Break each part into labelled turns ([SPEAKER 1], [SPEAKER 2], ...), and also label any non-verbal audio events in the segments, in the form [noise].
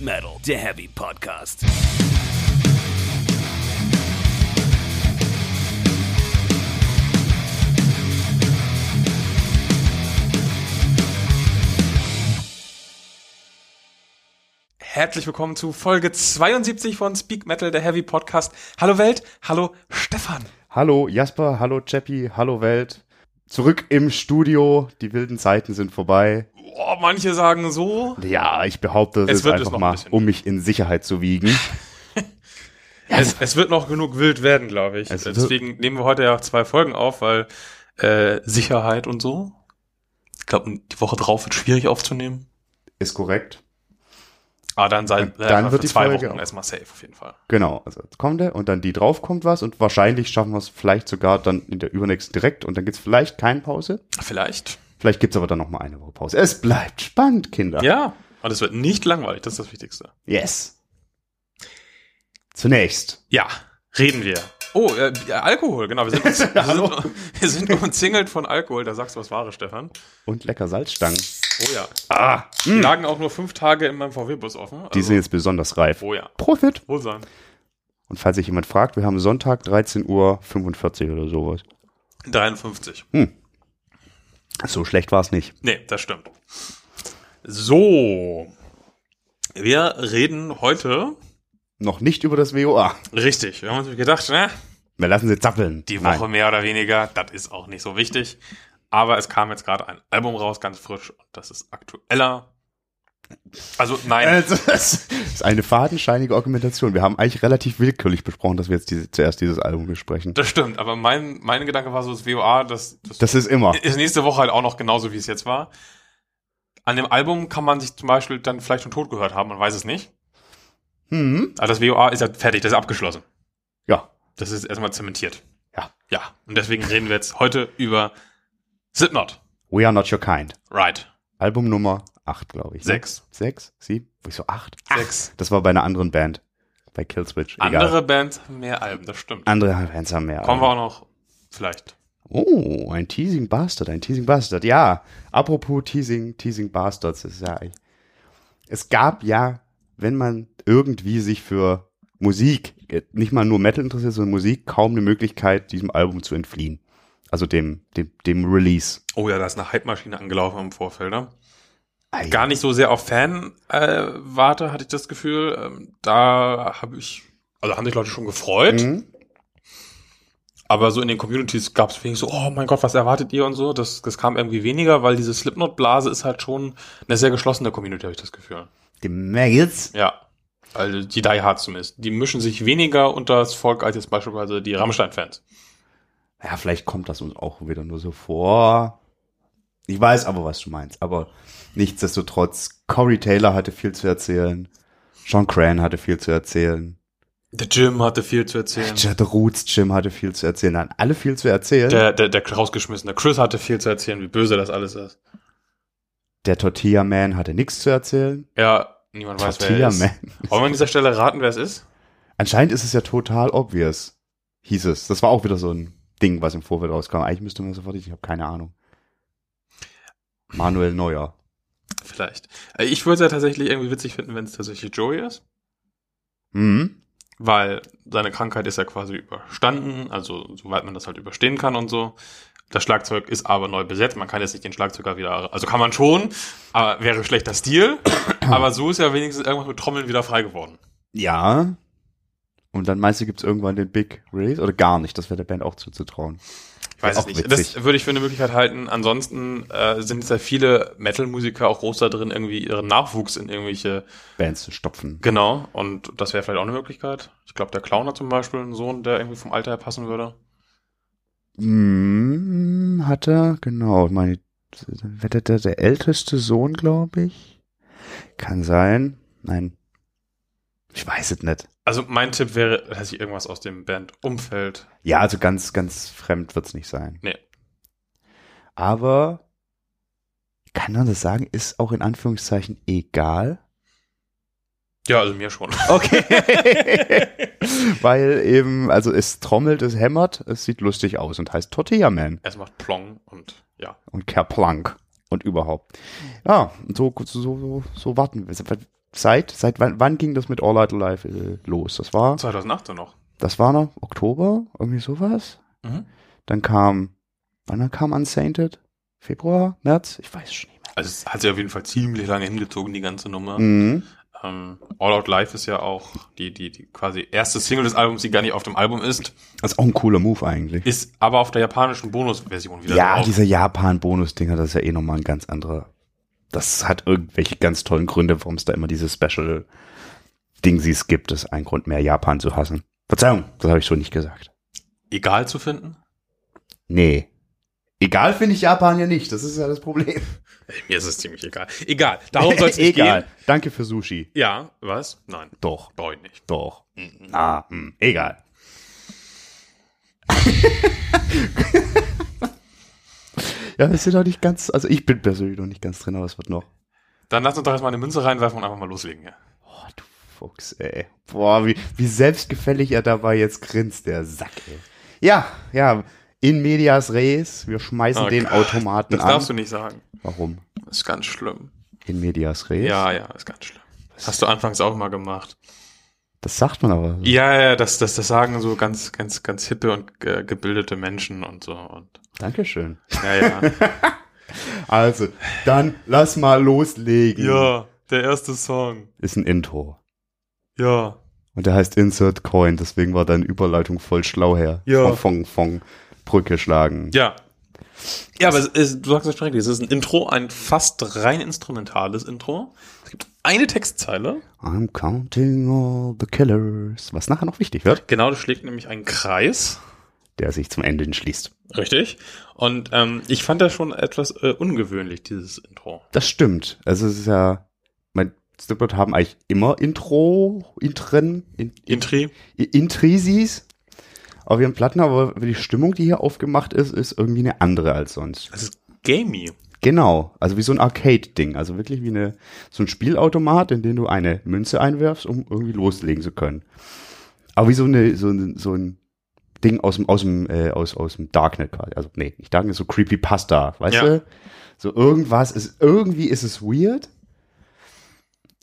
[SPEAKER 1] Metal, der Heavy Podcast.
[SPEAKER 2] Herzlich willkommen zu Folge 72 von Speak Metal, der Heavy Podcast. Hallo Welt, hallo Stefan.
[SPEAKER 3] Hallo Jasper, hallo Chappy, hallo Welt. Zurück im Studio, die wilden Zeiten sind vorbei.
[SPEAKER 2] Oh, manche sagen so.
[SPEAKER 3] Ja, ich behaupte, es,
[SPEAKER 2] Es
[SPEAKER 3] ist
[SPEAKER 2] wird es
[SPEAKER 3] einfach
[SPEAKER 2] noch ein
[SPEAKER 3] mal,
[SPEAKER 2] bisschen.
[SPEAKER 3] um mich in Sicherheit zu wiegen.
[SPEAKER 2] [laughs] Es, es wird noch genug wild werden, glaube ich.
[SPEAKER 3] Es wird-
[SPEAKER 2] Deswegen nehmen wir heute ja auch zwei Folgen auf, weil äh, Sicherheit und so. Ich glaube, die Woche drauf wird schwierig aufzunehmen.
[SPEAKER 3] Ist korrekt.
[SPEAKER 2] Ah, dann sei
[SPEAKER 3] Und dann
[SPEAKER 2] äh,
[SPEAKER 3] wird
[SPEAKER 2] für
[SPEAKER 3] die
[SPEAKER 2] zwei
[SPEAKER 3] Folge
[SPEAKER 2] Wochen
[SPEAKER 3] auch-
[SPEAKER 2] erstmal safe auf jeden Fall.
[SPEAKER 3] Genau, also jetzt kommt er und dann die drauf kommt was und wahrscheinlich schaffen wir es vielleicht sogar dann in der übernächsten direkt und dann gibt's vielleicht keine Pause.
[SPEAKER 2] Vielleicht.
[SPEAKER 3] Vielleicht gibt's aber dann noch mal eine Woche Pause. Es bleibt spannend, Kinder.
[SPEAKER 2] Ja. Und es wird nicht langweilig, das ist das Wichtigste.
[SPEAKER 3] Yes. Zunächst.
[SPEAKER 2] Ja, reden wir. Oh, äh, Bier- Alkohol, genau. Wir sind, [laughs] uns, wir, sind, wir sind umzingelt von Alkohol, da sagst du was Wahres, Stefan.
[SPEAKER 3] Und lecker Salzstangen.
[SPEAKER 2] Oh ja.
[SPEAKER 3] Ah,
[SPEAKER 2] Die lagen auch nur fünf Tage in meinem VW-Bus offen. Also,
[SPEAKER 3] die sind jetzt besonders reif.
[SPEAKER 2] Oh ja.
[SPEAKER 3] Profit.
[SPEAKER 2] Wohl sein.
[SPEAKER 3] Und falls sich jemand fragt, wir haben Sonntag 13.45 Uhr oder sowas.
[SPEAKER 2] 53.
[SPEAKER 3] So schlecht war es nicht.
[SPEAKER 2] Nee, das stimmt. So. Wir reden heute.
[SPEAKER 3] Noch nicht über das WOA.
[SPEAKER 2] Richtig. Wir haben uns gedacht, ne?
[SPEAKER 3] Wir lassen sie zappeln.
[SPEAKER 2] Die
[SPEAKER 3] Nein.
[SPEAKER 2] Woche mehr oder weniger, das ist auch nicht so wichtig. Aber es kam jetzt gerade ein Album raus, ganz frisch, und das ist aktueller. Also nein,
[SPEAKER 3] Äh, Das ist eine fadenscheinige Argumentation. Wir haben eigentlich relativ willkürlich besprochen, dass wir jetzt diese, zuerst dieses Album besprechen.
[SPEAKER 2] das stimmt, aber mein, mein Gedanke war so, das WOA, das, das,
[SPEAKER 3] Das ist immer.
[SPEAKER 2] ist nächste Woche halt auch noch genauso, wie es jetzt war. An dem Album kann man sich zum Beispiel dann vielleicht schon tot gehört haben, man weiß es nicht.
[SPEAKER 3] Hm.
[SPEAKER 2] Aber das WOA ist ja fertig, das ist abgeschlossen.
[SPEAKER 3] Ja.
[SPEAKER 2] Das ist erstmal zementiert.
[SPEAKER 3] Ja.
[SPEAKER 2] Ja, und deswegen reden wir jetzt heute über Slipknot.
[SPEAKER 3] We are not your kind.
[SPEAKER 2] Right.
[SPEAKER 3] Album Nummer 8, glaube ich. ne?
[SPEAKER 2] Sechs.
[SPEAKER 3] Sechs? Sieben? Wieso acht?
[SPEAKER 2] Sechs.
[SPEAKER 3] Das war bei einer anderen Band. Bei Killswitch. Egal.
[SPEAKER 2] Andere Bands haben mehr Alben, das stimmt.
[SPEAKER 3] Andere Bands haben mehr.
[SPEAKER 2] Kommen wir auch noch, vielleicht.
[SPEAKER 3] Oh, ein Teasing Bastard, ein Teasing Bastard. Ja, apropos Teasing, Teasing Bastards, das ist ja eigentlich- es gab ja, wenn man irgendwie sich für Musik, äh, nicht mal nur Metal interessiert, sondern Musik, kaum eine Möglichkeit, diesem Album zu entfliehen. Also dem, dem, dem Release.
[SPEAKER 2] Oh ja, da ist eine Hype-Maschine angelaufen im Vorfeld. Ne?
[SPEAKER 3] Ei.
[SPEAKER 2] Gar nicht so sehr auf Fan-Warte, hatte ich das Gefühl. Ähm, Da habe ich, also haben sich Leute schon gefreut,
[SPEAKER 3] Mhm.
[SPEAKER 2] aber so in den Communities gab es wenig so, oh mein Gott, was erwartet ihr und so. Das, das kam irgendwie weniger, weil diese Slipknot-Blase ist halt schon eine sehr geschlossene Community, habe ich das Gefühl.
[SPEAKER 3] Die Maggots.
[SPEAKER 2] Ja. Also die Die Hard zumindest. Die mischen sich weniger unter das Volk als jetzt beispielsweise die Rammstein-Fans.
[SPEAKER 3] Ja, vielleicht kommt das uns auch wieder nur so vor. Ich weiß aber, was du meinst. Aber nichtsdestotrotz, Corey Taylor hatte viel zu erzählen. Sean Cran hatte viel zu erzählen.
[SPEAKER 2] Der Jim hatte viel zu erzählen.
[SPEAKER 3] Jet Roots, Jim hatte viel zu erzählen, hatten alle viel zu erzählen. Der,
[SPEAKER 2] Der, der, der rausgeschmissene Chris hatte viel zu erzählen, wie böse das alles ist.
[SPEAKER 3] Tortilla Man hatte nichts zu erzählen.
[SPEAKER 2] Ja, niemand weiß, wer
[SPEAKER 3] Tortilla
[SPEAKER 2] er ist. Wollen
[SPEAKER 3] Man.
[SPEAKER 2] wir an dieser Stelle raten, wer es ist?
[SPEAKER 3] Anscheinend ist es ja total obvious, hieß es. Das war auch wieder so ein Ding, was im Vorfeld rauskam. Eigentlich müsste man sofort, ich habe keine Ahnung. Manuel Neuer.
[SPEAKER 2] Vielleicht. Äh, Ich würde es ja tatsächlich irgendwie witzig finden, wenn es tatsächlich Joey ist,
[SPEAKER 3] Mhm.
[SPEAKER 2] weil seine Krankheit ist ja quasi überstanden, also soweit man das halt überstehen kann und so. Das Schlagzeug ist aber neu besetzt, man kann jetzt nicht den Schlagzeuger wieder, also kann man schon, aber wäre schlechter
[SPEAKER 3] [clears throat]
[SPEAKER 2] Stil, aber so ist ja wenigstens irgendwas mit Trommeln wieder frei geworden.
[SPEAKER 3] Ja. Und dann meinst du, gibt's irgendwann den Big Release? Oder gar nicht? Das wäre der Band auch zuzutrauen.
[SPEAKER 2] Ich weiß
[SPEAKER 3] Wär
[SPEAKER 2] es
[SPEAKER 3] auch
[SPEAKER 2] nicht.
[SPEAKER 3] witzig.
[SPEAKER 2] Das würde ich für eine Möglichkeit halten. Ansonsten äh, sind sehr viele Metal-Musiker auch groß da drin, irgendwie ihren Nachwuchs in irgendwelche.
[SPEAKER 3] Bands zu stopfen.
[SPEAKER 2] Genau. Und das wäre vielleicht auch eine Möglichkeit. Ich glaube, der Clown hat zum Beispiel einen Sohn, der irgendwie vom Alter her passen würde.
[SPEAKER 3] Mhm, hat er, genau. Ich Meine, wird er der, der älteste Sohn, glaube ich? Kann sein. Nein. Ich weiß es nicht.
[SPEAKER 2] Also mein Tipp wäre, dass ich irgendwas aus dem Band-Umfeld.
[SPEAKER 3] Ja, also ganz, ganz fremd wird's nicht sein.
[SPEAKER 2] Nee.
[SPEAKER 3] Aber kann man das sagen, ist auch in Anführungszeichen egal.
[SPEAKER 2] Ja, also mir schon. [laughs]
[SPEAKER 3] Okay. [laughs] Weil eben, also es trommelt, es hämmert, es sieht lustig aus und heißt Tortilla Man.
[SPEAKER 2] Es macht Plong und ja.
[SPEAKER 3] und Kerplank und überhaupt. Ja, und so, so, so, so warten wir. seit, seit wann, wann ging das mit All Out Alive äh, los? Das war,
[SPEAKER 2] 2018 noch.
[SPEAKER 3] das war noch Oktober, irgendwie sowas.
[SPEAKER 2] Mhm.
[SPEAKER 3] Dann kam, wann kam Unsainted? Februar, März? Ich weiß schon nicht mehr.
[SPEAKER 2] Also es hat sich auf jeden Fall ziemlich lange hingezogen, die ganze Nummer.
[SPEAKER 3] Mhm.
[SPEAKER 2] Ähm, All Out Life ist ja auch die, die, die quasi erste Single des Albums, die gar nicht auf dem Album ist,
[SPEAKER 3] Das ist auch ein cooler Move eigentlich.
[SPEAKER 2] ist aber auf der japanischen Bonusversion wieder
[SPEAKER 3] Ja,
[SPEAKER 2] drauf.
[SPEAKER 3] dieser Japan-Bonus-Dinger, das ist ja eh nochmal ein ganz anderer. Das hat irgendwelche ganz tollen Gründe, warum es da immer diese Special-Dingsies gibt. Das ist ein Grund mehr, Japan zu hassen. Verzeihung, das habe ich so nicht gesagt.
[SPEAKER 2] Egal zu finden?
[SPEAKER 3] Nee. Egal finde ich Japan ja nicht. Das ist ja das [laughs] Problem.
[SPEAKER 2] Mir ist es ziemlich egal. Egal. [laughs] Darum soll es nicht
[SPEAKER 3] Egal.
[SPEAKER 2] gehen.
[SPEAKER 3] Danke für Sushi.
[SPEAKER 2] Ja, was? Nein,
[SPEAKER 3] Doch,
[SPEAKER 2] brauche ich nicht.
[SPEAKER 3] doch. Ah, hm, egal. [laughs] ja, wir sind noch nicht ganz, also ich bin persönlich noch nicht ganz drin, aber es wird noch.
[SPEAKER 2] Dann lass uns doch erstmal eine Münze reinwerfen und einfach mal loslegen hier.
[SPEAKER 3] Boah, du Fuchs, ey. Boah, wie, wie selbstgefällig er dabei jetzt grinst, der Sack, ey. Ja, ja, in medias res, wir schmeißen
[SPEAKER 2] Oh
[SPEAKER 3] den
[SPEAKER 2] Gott,
[SPEAKER 3] Automaten
[SPEAKER 2] Das
[SPEAKER 3] an.
[SPEAKER 2] darfst du nicht sagen.
[SPEAKER 3] Warum?
[SPEAKER 2] Ist ganz schlimm.
[SPEAKER 3] In medias res?
[SPEAKER 2] Ja, ja, ist ganz schlimm. Hast du anfangs auch mal gemacht.
[SPEAKER 3] Das sagt man aber.
[SPEAKER 2] Ja, ja, das, das, das sagen so ganz, ganz, ganz hippe und äh, gebildete Menschen und so. Und,
[SPEAKER 3] Dankeschön.
[SPEAKER 2] ja, [laughs] ja.
[SPEAKER 3] Also, dann lass mal loslegen.
[SPEAKER 2] der erste Song.
[SPEAKER 3] Ist ein Intro.
[SPEAKER 2] Ja.
[SPEAKER 3] Und der heißt Insert Coin, deswegen war deine Überleitung voll schlau her.
[SPEAKER 2] Ja.
[SPEAKER 3] Von, von, von Brücke schlagen.
[SPEAKER 2] Ja. Ja, aber es ist, du sagst es schon richtig. Es ist ein Intro, ein fast rein instrumentales Intro. Es gibt eine Textzeile.
[SPEAKER 3] I'm counting all the killers. Was nachher noch wichtig wird.
[SPEAKER 2] Genau, das schlägt nämlich einen Kreis.
[SPEAKER 3] Der sich zum Ende entschließt.
[SPEAKER 2] Richtig. Und ähm, ich fand das schon etwas äh, ungewöhnlich, dieses Intro.
[SPEAKER 3] Das stimmt. Also es ist ja, mein Slipknot haben eigentlich immer Intro, Intren, in, in,
[SPEAKER 2] Intri.
[SPEAKER 3] Intrisis auf ihren Platten, aber die Stimmung, die hier aufgemacht ist, ist irgendwie eine andere als sonst.
[SPEAKER 2] Es ist gamey.
[SPEAKER 3] Genau, also wie so ein Arcade-Ding, also wirklich wie eine, so ein Spielautomat, in den du eine Münze einwerfst, um irgendwie loslegen zu können. Aber wie so, eine, so, ein- so ein Ding aus dem, aus dem, äh, aus, aus dem Darknet quasi. Also, nee, nicht Darknet, so Creepypasta, weißt
[SPEAKER 2] Ja.
[SPEAKER 3] du? So irgendwas ist, irgendwie ist es weird.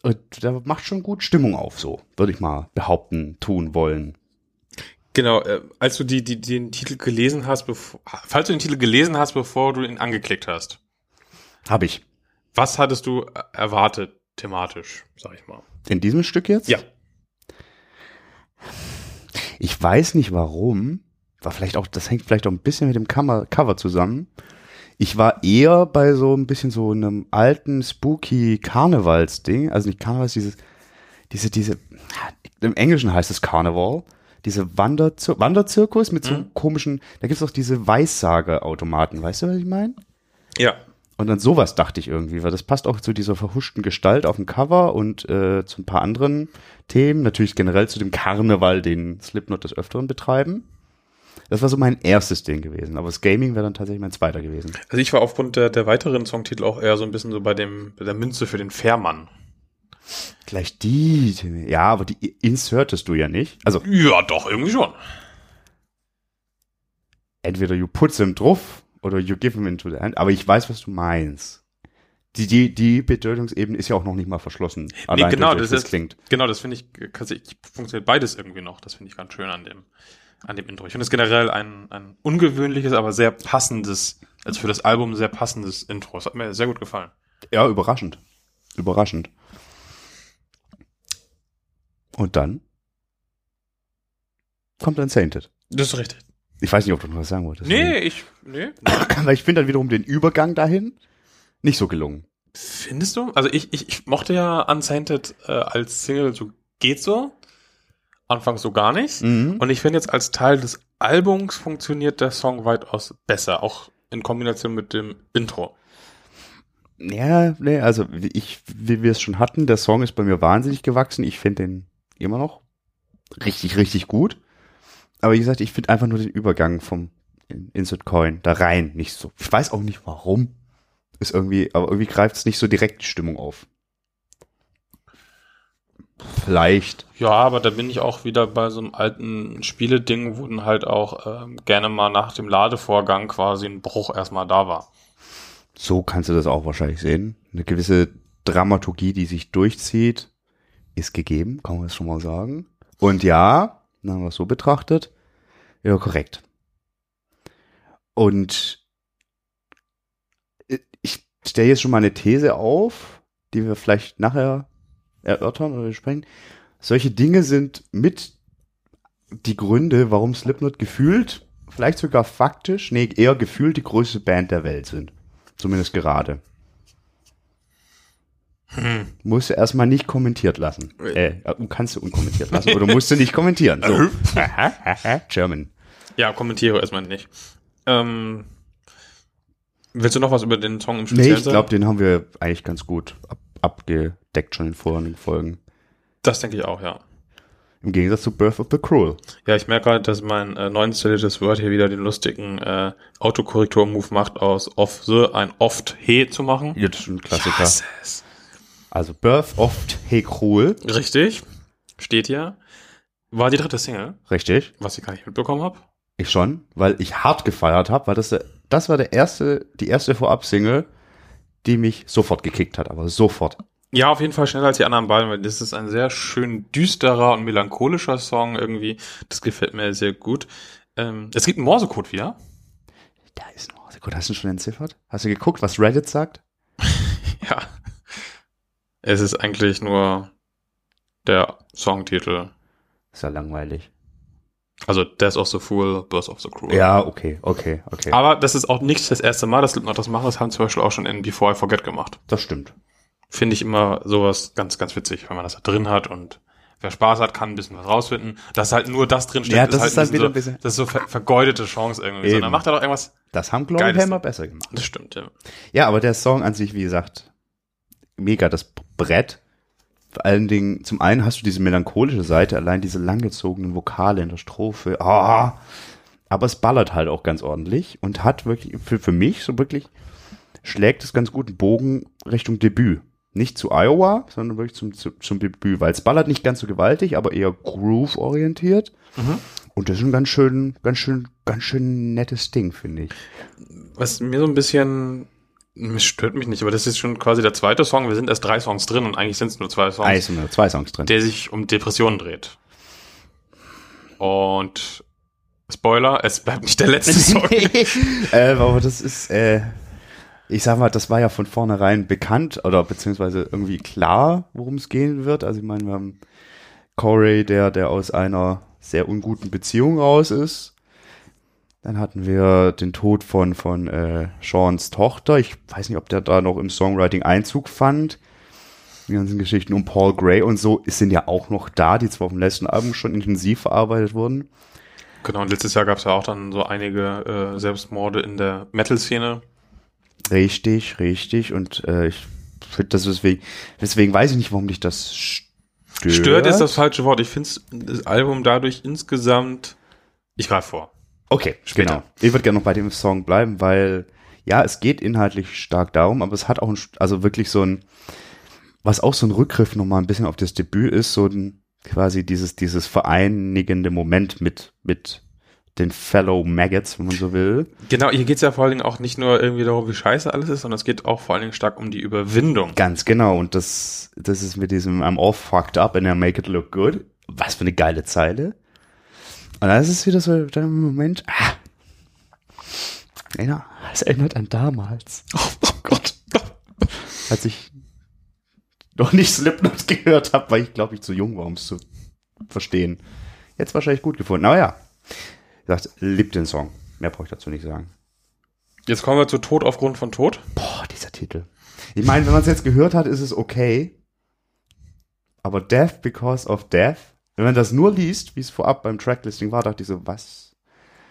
[SPEAKER 3] Und da macht schon gut Stimmung auf, so, würde ich mal behaupten, tun wollen.
[SPEAKER 2] Genau, äh, als du die, die, den Titel gelesen hast, bevor, falls du den Titel gelesen hast, bevor du ihn angeklickt hast,
[SPEAKER 3] Hab ich.
[SPEAKER 2] was hattest du äh, erwartet thematisch, sag ich mal?
[SPEAKER 3] In diesem Stück jetzt? Ich weiß nicht warum, war vielleicht auch, das hängt vielleicht auch ein bisschen mit dem Kammer, Cover zusammen. Ich war eher bei so ein bisschen so einem alten, spooky Karnevalsding, also nicht Karnevals, dieses, diese, diese, im Englischen heißt es Karneval, diese Wanderzir Wanderzirkus mit so einem komischen, da gibt's auch diese Weissagerautomaten, weißt du, was ich meine?
[SPEAKER 2] Ja.
[SPEAKER 3] Und an sowas dachte ich irgendwie, weil das passt auch zu dieser verhuschten Gestalt auf dem Cover und äh, zu ein paar anderen Themen, natürlich generell zu dem Karneval, den Slipknot des Öfteren betreiben. Das war so mein erstes Ding gewesen, aber das Gaming wäre dann tatsächlich mein zweiter gewesen.
[SPEAKER 2] Also ich war aufgrund der, der weiteren Songtitel auch eher so ein bisschen so bei dem bei der Münze für den Fährmann.
[SPEAKER 3] Gleich die, Themen. ja, aber die insertest du ja nicht. Also
[SPEAKER 2] Ja, doch, irgendwie schon.
[SPEAKER 3] entweder you put them drauf oder you give them into the hand, aber ich weiß, was du meinst. Die, die, die Bedeutungsebene ist ja auch noch nicht mal verschlossen. Allein
[SPEAKER 2] genau,
[SPEAKER 3] durch-
[SPEAKER 2] das
[SPEAKER 3] das
[SPEAKER 2] ist-
[SPEAKER 3] klingt.
[SPEAKER 2] Genau, das finde ich, äh, kann sich- funktioniert beides irgendwie noch. Das finde ich ganz schön an dem, an dem Intro. Ich finde es generell ein, ein ungewöhnliches, aber sehr passendes, also für das Album sehr passendes Intro. Es hat mir sehr gut gefallen.
[SPEAKER 3] Ja, überraschend. Überraschend. Und dann kommt Unsainted.
[SPEAKER 2] Das ist richtig.
[SPEAKER 3] Ich weiß nicht, ob du noch was sagen wolltest.
[SPEAKER 2] Nee, ich, nee.
[SPEAKER 3] Weil ich finde dann wiederum den Übergang dahin nicht so gelungen.
[SPEAKER 2] Findest du? Also ich, ich, ich mochte ja Unsainted äh, als Single so geht so. Anfangs so gar nicht.
[SPEAKER 3] Mhm.
[SPEAKER 2] Und ich finde jetzt als Teil des Albums funktioniert der Song weitaus besser, auch in Kombination mit dem Intro.
[SPEAKER 3] Ja, nee, also wie ich, wie wir es schon hatten, der Song ist bei mir wahnsinnig gewachsen. Ich finde den immer noch richtig, richtig gut. Aber wie gesagt, ich finde einfach nur den Übergang vom In- Insert Coin da rein nicht so. Ich weiß auch nicht warum. Ist irgendwie, aber irgendwie greift es nicht so direkt die Stimmung auf. Vielleicht.
[SPEAKER 2] Ja, aber da bin ich auch wieder bei so einem alten Spieleding, wo dann halt auch ähm, gerne mal nach dem Ladevorgang quasi ein Bruch erstmal da war.
[SPEAKER 3] So kannst du das auch wahrscheinlich sehen. Eine gewisse Dramaturgie, die sich durchzieht, ist gegeben, kann man das schon mal sagen. Und ja, dann haben wir es so betrachtet, ja, korrekt. Und äh, ich stelle jetzt schon mal eine These auf, die wir vielleicht nachher erörtern oder besprechen. Solche Dinge sind mit die Gründe, warum Slipknot gefühlt, vielleicht sogar faktisch, nee, eher gefühlt die größte Band der Welt sind. Zumindest gerade. Musst du erstmal nicht kommentiert lassen. Äh, kannst du unkommentiert lassen oder musst du nicht kommentieren. So. [laughs] German.
[SPEAKER 2] Ja, kommentiere erstmal nicht. Ähm, willst du noch was über den Song im
[SPEAKER 3] Nee,
[SPEAKER 2] Speziellen
[SPEAKER 3] ich glaube, den haben wir eigentlich ganz gut ab abgedeckt schon in vorherigen Folgen.
[SPEAKER 2] Das denke ich auch, ja.
[SPEAKER 3] Im Gegensatz zu Birth of the Cruel.
[SPEAKER 2] Ja, ich merke halt, dass mein äh, neunstelliges Word hier wieder den lustigen äh, Autokorrektur-Move macht, aus off the ein oft he zu machen.
[SPEAKER 3] Jetzt schon ein Klassiker.
[SPEAKER 2] Das ist
[SPEAKER 3] Also Birth of the Cruel.
[SPEAKER 2] Richtig. Steht hier. War die dritte Single,
[SPEAKER 3] Richtig.
[SPEAKER 2] was ich gar nicht mitbekommen habe.
[SPEAKER 3] Ich schon, weil ich hart gefeiert habe, weil das, der- das war der erste, die erste Vorab-Single, die mich sofort gekickt hat, aber sofort.
[SPEAKER 2] Ja, auf jeden Fall schneller als die anderen beiden, weil das ist ein sehr schön düsterer und melancholischer Song irgendwie. Das gefällt mir sehr gut. Ähm, es gibt einen Morsecode
[SPEAKER 3] [laughs]
[SPEAKER 2] wieder.
[SPEAKER 3] Da ist noch. Gut, hast du ihn schon entziffert? Hast du geguckt, was Reddit sagt?
[SPEAKER 2] Ja. Es ist eigentlich nur der Songtitel.
[SPEAKER 3] Ist ja langweilig.
[SPEAKER 2] Also Death of the Fool, Birth of the Cruel.
[SPEAKER 3] Ja, okay, okay, okay.
[SPEAKER 2] Aber das ist auch nicht das erste Mal, dass Slipknot das machen. Das haben zum Beispiel auch schon in Before I Forget gemacht.
[SPEAKER 3] das stimmt.
[SPEAKER 2] Finde ich immer sowas ganz, ganz witzig, wenn man das da drin hat und wer Spaß hat, kann ein bisschen was rausfinden. Dass halt nur das drin steht,
[SPEAKER 3] Ja, das ist dann wieder
[SPEAKER 2] so,
[SPEAKER 3] ein bisschen-
[SPEAKER 2] Das ist so ver vergeudete Chance irgendwie. So,
[SPEAKER 3] Eben.
[SPEAKER 2] dann macht er doch irgendwas.
[SPEAKER 3] Das haben Glory
[SPEAKER 2] Geiles
[SPEAKER 3] Hammer
[SPEAKER 2] Ding.
[SPEAKER 3] besser gemacht.
[SPEAKER 2] Das stimmt, ja.
[SPEAKER 3] Ja, aber der Song an sich, wie gesagt, mega das Brett. Vor allen Dingen, zum einen hast du diese melancholische Seite, allein diese langgezogenen Vokale in der Strophe. Ah, aber es ballert halt auch ganz ordentlich und hat wirklich, für, für mich so wirklich, schlägt es ganz guten Bogen Richtung Debüt. Nicht zu Iowa, sondern wirklich zum, zu, zum Debüt, weil es ballert nicht ganz so gewaltig, aber eher groove-orientiert. Und das ist ein ganz schön, ganz schön, ganz schön nettes Ding, finde ich.
[SPEAKER 2] Was mir so ein bisschen mich stört mich nicht, aber das ist schon quasi der zweite Song. Wir sind erst drei Songs drin und eigentlich sind es nur zwei Songs,
[SPEAKER 3] Eis und zwei Songs drin.
[SPEAKER 2] der sich um Depressionen dreht. Und Spoiler, es bleibt nicht der
[SPEAKER 3] [laughs]
[SPEAKER 2] letzte Song.
[SPEAKER 3] äh, aber das ist, äh, ich sag mal, das war ja von vornherein bekannt oder beziehungsweise irgendwie klar, worum es gehen wird. Also ich meine, wir haben Corey, der, der aus einer sehr unguten Beziehung raus ist. Dann hatten wir den Tod von, von äh, Seans Tochter. Ich weiß nicht, ob der da noch im Songwriting Einzug fand. Die ganzen Geschichten um Paul Gray und so sind ja auch noch da, die zwar auf dem letzten Album schon intensiv verarbeitet wurden.
[SPEAKER 2] Genau, und letztes Jahr gab es ja auch dann so einige äh, Selbstmorde in der Metal-Szene.
[SPEAKER 3] Richtig, richtig. Und äh, ich finde das deswegen, deswegen weiß ich nicht, warum dich das stört.
[SPEAKER 2] Stört ist das falsche Wort. Ich finde das Album dadurch insgesamt. Ich greife vor.
[SPEAKER 3] Okay,
[SPEAKER 2] Später.
[SPEAKER 3] genau. Ich würde gerne noch bei dem Song bleiben, weil ja, es geht inhaltlich stark darum, aber es hat auch ein, also wirklich so ein, was auch so ein Rückgriff nochmal ein bisschen auf das Debüt ist, so ein, quasi dieses, dieses vereinigende Moment mit, mit den Fellow Maggots, wenn man so will.
[SPEAKER 2] Genau, hier geht es ja vor allen Dingen auch nicht nur irgendwie darum, wie scheiße alles ist, sondern es geht auch vor allen Dingen stark um die Überwindung.
[SPEAKER 3] Ganz genau. Und das, das ist mit diesem I'm all fucked up and I make it look good. Was für eine geile Zeile. Und dann ist es wieder so der Moment. Ah, ja, es erinnert an damals, [laughs]
[SPEAKER 2] Oh, Gott.
[SPEAKER 3] als ich noch nicht Slipknot gehört habe, weil ich glaube, ich zu jung war, um es zu verstehen. Jetzt wahrscheinlich gut gefunden. Aber ja, Wie gesagt, lieb den Song. Mehr brauche ich dazu nicht sagen.
[SPEAKER 2] Jetzt kommen wir zu Tod aufgrund von Tod.
[SPEAKER 3] Boah, dieser Titel. Ich meine, wenn man es jetzt gehört hat, ist es okay. Aber Death Because of Death, wenn man das nur liest, wie es vorab beim Tracklisting war, dachte ich so, was?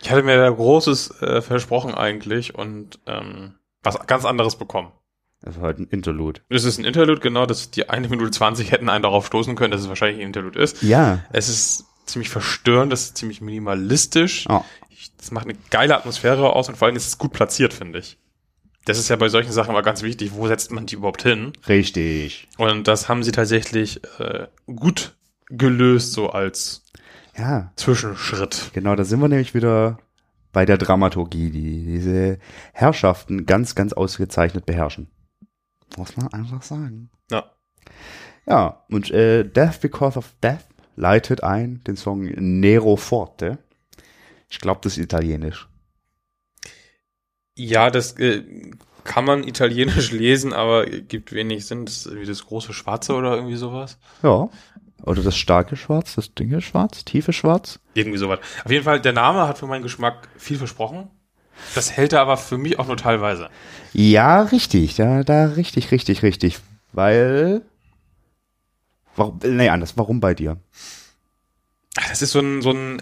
[SPEAKER 2] Ich hatte mir da Großes äh, versprochen eigentlich und ähm, was ganz anderes bekommen.
[SPEAKER 3] Das war halt ein Interlude.
[SPEAKER 2] Es ist ein Interlude, genau, dass die eine Minute 20 hätten einen darauf stoßen können, dass es wahrscheinlich ein Interlude ist.
[SPEAKER 3] Ja.
[SPEAKER 2] Es ist ziemlich verstörend, es ist ziemlich minimalistisch.
[SPEAKER 3] Oh.
[SPEAKER 2] Ich- Es macht eine geile Atmosphäre aus und vor allem ist es gut platziert, finde ich. Das ist ja bei solchen Sachen immer ganz wichtig, wo setzt man die überhaupt hin?
[SPEAKER 3] Richtig.
[SPEAKER 2] Und das haben sie tatsächlich äh, gut gelöst, so als
[SPEAKER 3] Ja,
[SPEAKER 2] Zwischenschritt.
[SPEAKER 3] genau, da sind wir nämlich wieder bei der Dramaturgie, die diese Herrschaften ganz, ganz ausgezeichnet beherrschen. Muss man einfach sagen.
[SPEAKER 2] Ja.
[SPEAKER 3] Ja, und äh, Death Because of Death leitet ein den Song Nero Forte. Ich glaube, das ist italienisch.
[SPEAKER 2] Ja, das äh, kann man italienisch [laughs] lesen, aber gibt wenig Sinn. Das ist irgendwie das große Schwarze oder irgendwie sowas.
[SPEAKER 3] Ja. Oder das starke Schwarz, das dünne Schwarz, tiefe Schwarz.
[SPEAKER 2] Irgendwie sowas. Auf jeden Fall, der Name hat für meinen Geschmack viel versprochen. Das hält er aber für mich auch nur teilweise.
[SPEAKER 3] Ja, richtig. Da, da richtig, richtig, richtig. Weil. Warum, äh, nee, anders. Warum bei dir?
[SPEAKER 2] Das ist so ein, so ein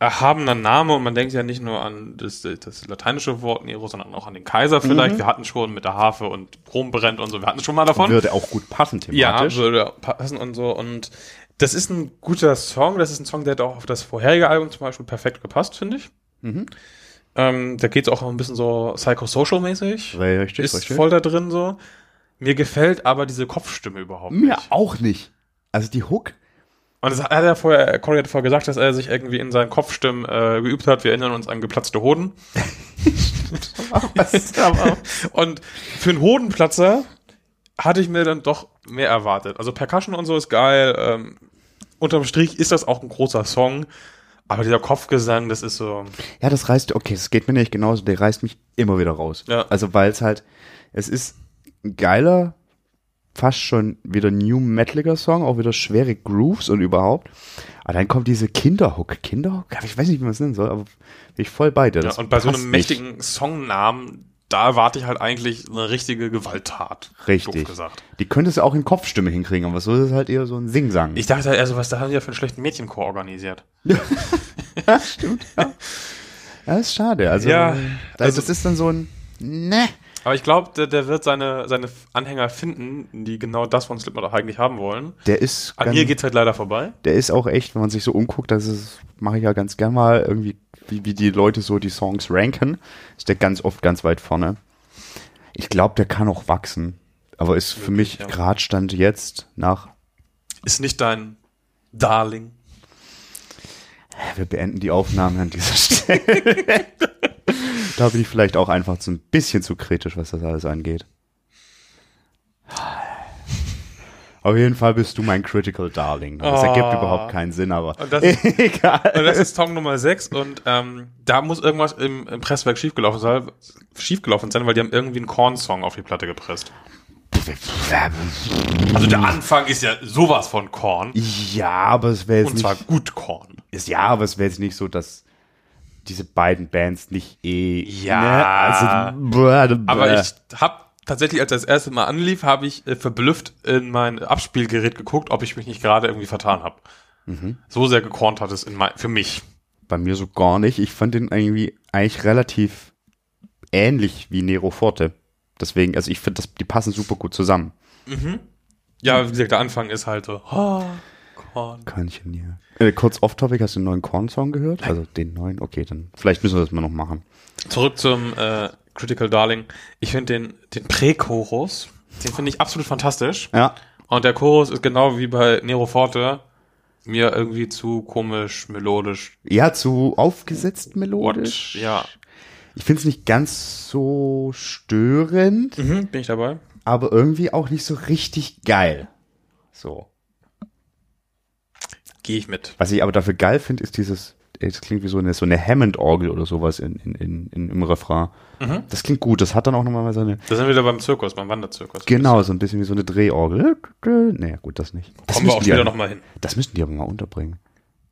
[SPEAKER 2] erhabener Name und man denkt ja nicht nur an das, das lateinische Wort Nero, sondern auch an den Kaiser
[SPEAKER 3] Mhm.
[SPEAKER 2] vielleicht. Wir hatten schon mit der Harfe und Rom brennt und so, wir hatten schon mal davon.
[SPEAKER 3] Würde auch gut passen
[SPEAKER 2] ja,
[SPEAKER 3] thematisch.
[SPEAKER 2] würde passen und so. Und das ist ein guter Song. Das ist ein Song, der hat auch auf das vorherige Album zum Beispiel perfekt gepasst, finde ich.
[SPEAKER 3] Mhm.
[SPEAKER 2] Ähm, da geht's auch ein bisschen so psychosocial-mäßig.
[SPEAKER 3] richtig,
[SPEAKER 2] Ist voll da drin so. Mir gefällt aber diese Kopfstimme überhaupt
[SPEAKER 3] Mir
[SPEAKER 2] nicht.
[SPEAKER 3] auch nicht. Also die Hook.
[SPEAKER 2] Und das hat er vorher, Corey hat vorher gesagt, dass er sich irgendwie in seinen Kopfstimmen äh, geübt hat. Wir erinnern uns an geplatzte Hoden. und für einen Hodenplatzer hatte ich mir dann doch mehr erwartet. Also Percussion und so ist geil. Ähm, unterm Strich ist das auch ein großer Song. Aber dieser Kopfgesang, das ist so.
[SPEAKER 3] Ja, das reißt, okay, es geht mir nicht genauso, der reißt mich immer wieder raus.
[SPEAKER 2] Ja.
[SPEAKER 3] Also weil es halt, es ist ein geiler, fast schon wieder New Metaliger Song, auch wieder schwere Grooves und überhaupt. Aber dann kommt diese Kinderhook. Kinderhook? Ich weiß nicht, wie man es nennen soll, aber bin ich voll bei dir.
[SPEAKER 2] Ja,
[SPEAKER 3] Das
[SPEAKER 2] und bei so
[SPEAKER 3] passt
[SPEAKER 2] einem
[SPEAKER 3] nicht.
[SPEAKER 2] mächtigen Songnamen, da erwarte ich halt eigentlich eine richtige Gewalttat.
[SPEAKER 3] Richtig.
[SPEAKER 2] Doof gesagt.
[SPEAKER 3] Die könnte es auch in Kopfstimme hinkriegen, aber so ist es halt eher so ein Singsang.
[SPEAKER 2] Ich dachte, also was da haben die ja für einen schlechten Mädchenchor organisiert.
[SPEAKER 3] ja, ist schade. Also,
[SPEAKER 2] Ja,
[SPEAKER 3] das,
[SPEAKER 2] also-
[SPEAKER 3] das ist dann so ein, ne.
[SPEAKER 2] Aber ich glaube, der, der wird seine, seine Anhänger finden, die genau das von Slipknot auch eigentlich haben wollen.
[SPEAKER 3] Der ist
[SPEAKER 2] An
[SPEAKER 3] ganz-
[SPEAKER 2] mir geht's halt leider vorbei.
[SPEAKER 3] der ist auch echt, wenn man sich so umguckt, das ist, mache ich ja ganz gern mal irgendwie, wie, wie die Leute so die Songs ranken, ist der ganz oft ganz weit vorne. Ich glaube, der kann auch wachsen, aber ist für mich
[SPEAKER 2] ja.
[SPEAKER 3] gerade Stand jetzt nach,
[SPEAKER 2] Ist nicht dein Darling.
[SPEAKER 3] äh, wir beenden die Aufnahmen an dieser [laughs] Stelle. da bin ich vielleicht auch einfach so ein bisschen zu kritisch, was das alles angeht. Auf jeden Fall bist du mein Critical Darling. Das ergibt
[SPEAKER 2] Ah.
[SPEAKER 3] überhaupt keinen Sinn, aber
[SPEAKER 2] Und
[SPEAKER 3] [laughs]
[SPEAKER 2] das-
[SPEAKER 3] egal.
[SPEAKER 2] Und Also das ist Song Nummer 6 und ähm, da muss irgendwas im, im Presswerk schiefgelaufen sein, schiefgelaufen sein, weil die haben irgendwie einen Korn-Song auf die Platte gepresst.
[SPEAKER 3] [laughs]
[SPEAKER 2] Also der Anfang ist ja sowas von Korn.
[SPEAKER 3] Ja, aber es wäre jetzt
[SPEAKER 2] Und zwar
[SPEAKER 3] nicht,
[SPEAKER 2] gut Korn.
[SPEAKER 3] ist, ja, aber es wäre jetzt nicht so, dass diese beiden Bands nicht eh.
[SPEAKER 2] Ja.
[SPEAKER 3] also, bäh, bäh.
[SPEAKER 2] Aber ich habe tatsächlich, als das erste Mal anlief, habe ich äh, verblüfft in mein Abspielgerät geguckt, ob ich mich nicht gerade irgendwie vertan habe. So sehr gekornt hat es in mein, für mich.
[SPEAKER 3] bei mir so gar nicht. Ich fand den irgendwie eigentlich relativ ähnlich wie Nero Forte. Deswegen, also ich finde, das- die passen super gut zusammen.
[SPEAKER 2] Ja, wie gesagt, der Anfang ist halt so. Oh, Korn.
[SPEAKER 3] Körnchen hier. Äh, kurz off-topic, hast du den neuen Korn-Song gehört? Also den neuen? Okay, dann vielleicht müssen wir das mal noch machen.
[SPEAKER 2] Zurück zum äh, Critical Darling. Ich finde den, den Prä-Chorus, den finde ich absolut fantastisch.
[SPEAKER 3] Ja.
[SPEAKER 2] Und der Chorus ist genau wie bei Nero Forte mir irgendwie zu komisch, melodisch.
[SPEAKER 3] Ja, zu aufgesetzt
[SPEAKER 2] What?
[SPEAKER 3] melodisch.
[SPEAKER 2] Ja.
[SPEAKER 3] Ich finde es nicht ganz so störend.
[SPEAKER 2] Mhm, bin ich dabei?
[SPEAKER 3] aber irgendwie auch nicht so richtig geil. So.
[SPEAKER 2] Gehe ich mit.
[SPEAKER 3] Was ich aber dafür geil finde, ist dieses, es klingt wie so eine, so eine Hammond-Orgel oder sowas in, in, in, in, im Refrain.
[SPEAKER 2] Mhm.
[SPEAKER 3] Das klingt gut, das hat dann auch nochmal seine,
[SPEAKER 2] Da sind wir wieder beim Zirkus, beim Wanderzirkus.
[SPEAKER 3] genau, so ein bisschen wie so eine Drehorgel. Nee, gut, das nicht. Das
[SPEAKER 2] Kommen wir auch
[SPEAKER 3] müssten die
[SPEAKER 2] später
[SPEAKER 3] aber-
[SPEAKER 2] nochmal hin.
[SPEAKER 3] Das müssten die aber mal unterbringen.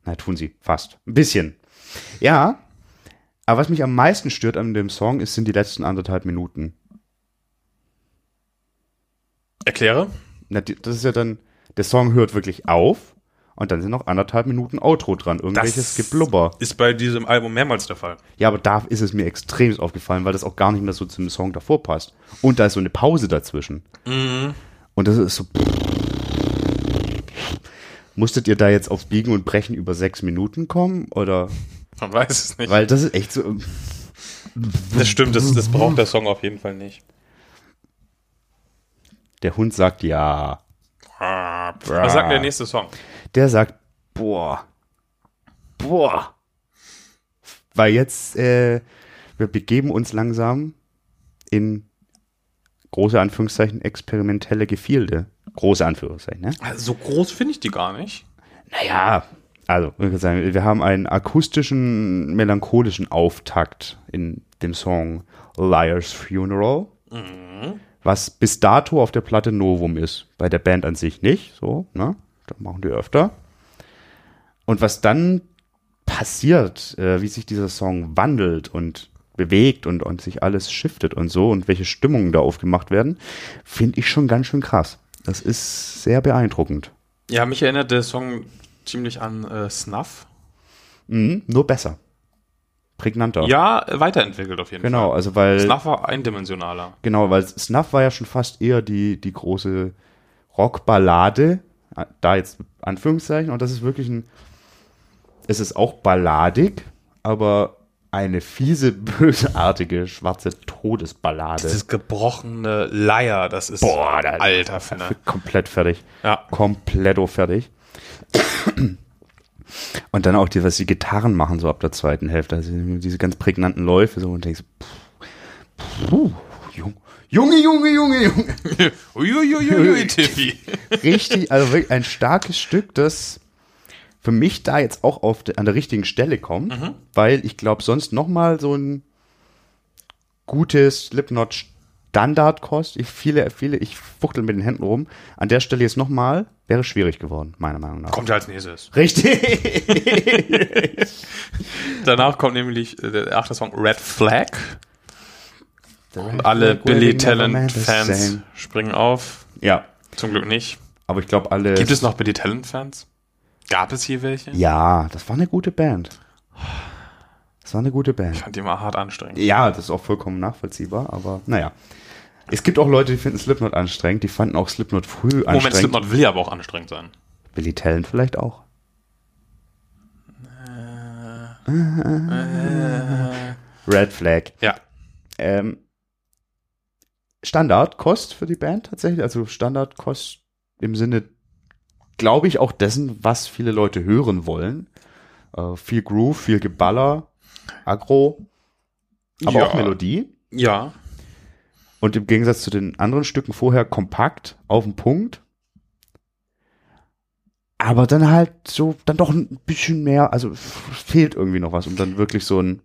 [SPEAKER 3] Na, tun sie, fast. Ein bisschen. Ja, aber was mich am meisten stört an dem Song, ist, sind die letzten anderthalb Minuten.
[SPEAKER 2] Erkläre.
[SPEAKER 3] Na, die- das ist ja dann, der Song hört wirklich auf und dann sind noch anderthalb Minuten Outro dran. Irgendwelches Geblubber.
[SPEAKER 2] Ist bei diesem Album mehrmals der Fall.
[SPEAKER 3] Ja, aber da ist es mir extrem aufgefallen, weil das auch gar nicht mehr so zum Song davor passt. Und da ist so eine Pause dazwischen. Und das ist so. Musstet ihr da jetzt auf Biegen und Brechen über sechs Minuten kommen? Oder?
[SPEAKER 2] Man weiß es nicht.
[SPEAKER 3] Weil das ist echt so.
[SPEAKER 2] das stimmt, das, das braucht der Song auf jeden Fall nicht.
[SPEAKER 3] Der Hund sagt ja. Ah,
[SPEAKER 2] Was sagt der nächste Song?
[SPEAKER 3] Der sagt boah. Boah. Weil jetzt, äh, wir begeben uns langsam in große Anführungszeichen, experimentelle Gefilde. Große Anführungszeichen, ne?
[SPEAKER 2] Also, so groß finde ich die gar nicht.
[SPEAKER 3] Naja, also, ich würde sagen, wir haben einen akustischen, melancholischen Auftakt in dem Song Liar's Funeral, was bis dato auf der Platte Novum ist. Bei der Band an sich nicht, so, ne? Das machen die öfter. Und was dann passiert, äh, wie sich dieser Song wandelt und bewegt und, und sich alles shiftet und so und welche Stimmungen da aufgemacht werden, finde ich schon ganz schön krass. Das ist sehr beeindruckend.
[SPEAKER 2] Ja, mich erinnert der Song ziemlich an äh, Snuff.
[SPEAKER 3] Mhm, nur besser. Prägnanter.
[SPEAKER 2] Hm? Ja, äh, weiterentwickelt auf jeden
[SPEAKER 3] Genau, also weil.
[SPEAKER 2] Fall. Snuff war eindimensionaler.
[SPEAKER 3] Genau, weil Snuff war ja schon fast eher die, die große Rockballade. Ah, Da jetzt Anführungszeichen. Und das ist wirklich ein. Es ist auch balladig, aber eine fiese, [laughs] bösartige, schwarze Todesballade.
[SPEAKER 2] Dieses gebrochene Leier, das ist
[SPEAKER 3] Boah, da-
[SPEAKER 2] alter Finne.
[SPEAKER 3] komplett fertig.
[SPEAKER 2] Ja.
[SPEAKER 3] Kompletto fertig. Und dann auch, die, was die Gitarren machen, so ab der zweiten Hälfte. Also diese ganz prägnanten Läufe so und denkst, pff, puh, Jung- Junge, Junge, Junge, Junge.
[SPEAKER 2] [laughs] Uiuiuiui, Tiffy.
[SPEAKER 3] richtig, also wirklich ein starkes Stück, das für mich da jetzt auch auf de, an der richtigen Stelle kommt, weil ich glaube, sonst noch mal so ein gutes Slipknot Standard kost. Ich viele viele ich fuchtel mit den Händen rum. An der Stelle jetzt noch mal wäre schwierig geworden, meiner Meinung nach.
[SPEAKER 2] Kommt ja als nächstes.
[SPEAKER 3] Richtig.
[SPEAKER 2] Danach kommt nämlich äh, der achte Song Red Flag. Und alle Billy Talent Fans springen auf.
[SPEAKER 3] Ja,
[SPEAKER 2] Zum Glück nicht.
[SPEAKER 3] aber ich glaube alle
[SPEAKER 2] Gibt es noch Billy Talent Fans? Gab es hier welche?
[SPEAKER 3] Ja, das war eine gute Band. Das war eine gute Band.
[SPEAKER 2] Ich fand die immer hart anstrengend.
[SPEAKER 3] Ja, das ist auch vollkommen nachvollziehbar, aber naja. Es gibt auch Leute, die finden Slipknot anstrengend, die fanden auch Slipknot früh anstrengend.
[SPEAKER 2] Moment, Slipknot will ja aber auch anstrengend sein.
[SPEAKER 3] Billy Talent vielleicht auch.
[SPEAKER 2] Äh.
[SPEAKER 3] Red Flag.
[SPEAKER 2] Ja.
[SPEAKER 3] Ähm, Standardkost für die Band tatsächlich, also Standardkost im Sinne, glaube ich, auch dessen, was viele Leute hören wollen. Äh, viel Groove, viel Geballer, Agro, aber
[SPEAKER 2] Ja.
[SPEAKER 3] auch Melodie.
[SPEAKER 2] Ja.
[SPEAKER 3] Und im Gegensatz zu den anderen Stücken vorher kompakt, auf den Punkt. Aber dann halt so, dann doch ein bisschen mehr, also f- fehlt irgendwie noch was, um dann wirklich so ein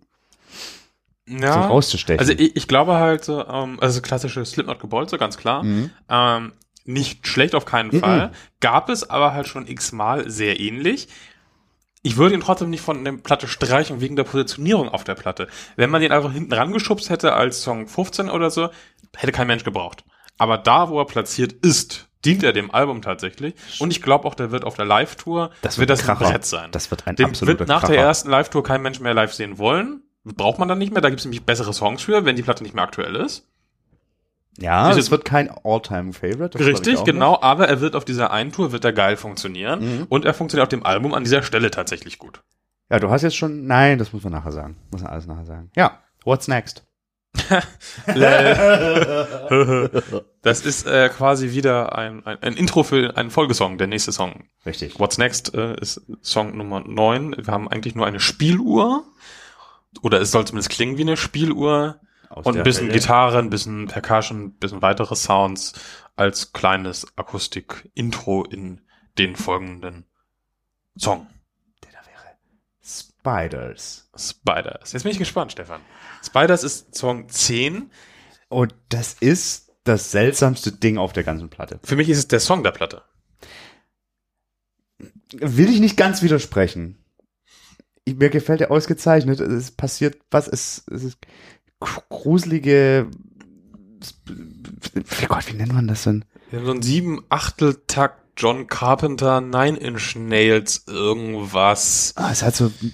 [SPEAKER 3] so
[SPEAKER 2] Ja.
[SPEAKER 3] rauszustechen.
[SPEAKER 2] Also ich, ich glaube halt, so, ähm, also klassische Slipknot-Gebolze, ganz klar.
[SPEAKER 3] Mhm.
[SPEAKER 2] Ähm, nicht schlecht auf keinen
[SPEAKER 3] Mhm.
[SPEAKER 2] Fall. Gab es aber halt schon x-mal sehr ähnlich. Ich würde ihn trotzdem nicht von der Platte streichen wegen der Positionierung auf der Platte. Wenn man den einfach hinten rangeschubst hätte als Song 15 oder so, hätte kein Mensch gebraucht. Aber da, wo er platziert ist, dient er dem Album tatsächlich. Und ich glaube auch, der wird auf der Live-Tour,
[SPEAKER 3] ein
[SPEAKER 2] ein
[SPEAKER 3] Kracher.
[SPEAKER 2] Brett sein.
[SPEAKER 3] Das wird ein
[SPEAKER 2] Den
[SPEAKER 3] absoluter
[SPEAKER 2] wird nach
[SPEAKER 3] Kracher.
[SPEAKER 2] der ersten Live-Tour kein Mensch mehr live sehen wollen. Braucht man dann nicht mehr. Da gibt es nämlich bessere Songs für, wenn die Platte nicht mehr aktuell ist.
[SPEAKER 3] ja,
[SPEAKER 2] dieses-
[SPEAKER 3] es wird kein All-Time-Favorite. das glaub ich
[SPEAKER 2] Richtig,
[SPEAKER 3] auch
[SPEAKER 2] genau. Aber er wird auf dieser einen Tour, wird er geil funktionieren. Und er funktioniert auf dem Album an dieser Stelle tatsächlich gut.
[SPEAKER 3] nicht. Ja, du hast jetzt schon, nein, das muss man nachher sagen. Muss man alles nachher sagen. Ja, what's next?
[SPEAKER 2] das ist äh, quasi wieder ein, ein, ein Intro für einen Folgesong, der nächste Song.
[SPEAKER 3] Richtig.
[SPEAKER 2] What's Next äh, ist Song Nummer 9. Wir haben eigentlich nur eine Spieluhr. Oder es soll zumindest klingen wie eine Spieluhr.
[SPEAKER 3] Aus
[SPEAKER 2] und
[SPEAKER 3] der
[SPEAKER 2] ein bisschen
[SPEAKER 3] Hölle.
[SPEAKER 2] Gitarre, ein bisschen Percussion, ein bisschen weitere Sounds als kleines Akustik-Intro in den folgenden Song.
[SPEAKER 3] Der da wäre Spiders.
[SPEAKER 2] Spiders. Jetzt bin ich gespannt, Stefan. Spiders ist Song 10.
[SPEAKER 3] Und das ist das seltsamste Ding auf der ganzen Platte.
[SPEAKER 2] Für mich ist es der Song der Platte.
[SPEAKER 3] will ich nicht ganz widersprechen. Ich- Mir gefällt er ausgezeichnet. Es passiert was, es, es ist gruselige. Wie Gott, wie nennt man das denn?
[SPEAKER 2] Wir haben so einen sieben Achteltakt John Carpenter Nine Inch Nails irgendwas.
[SPEAKER 3] Ah, es hat so ein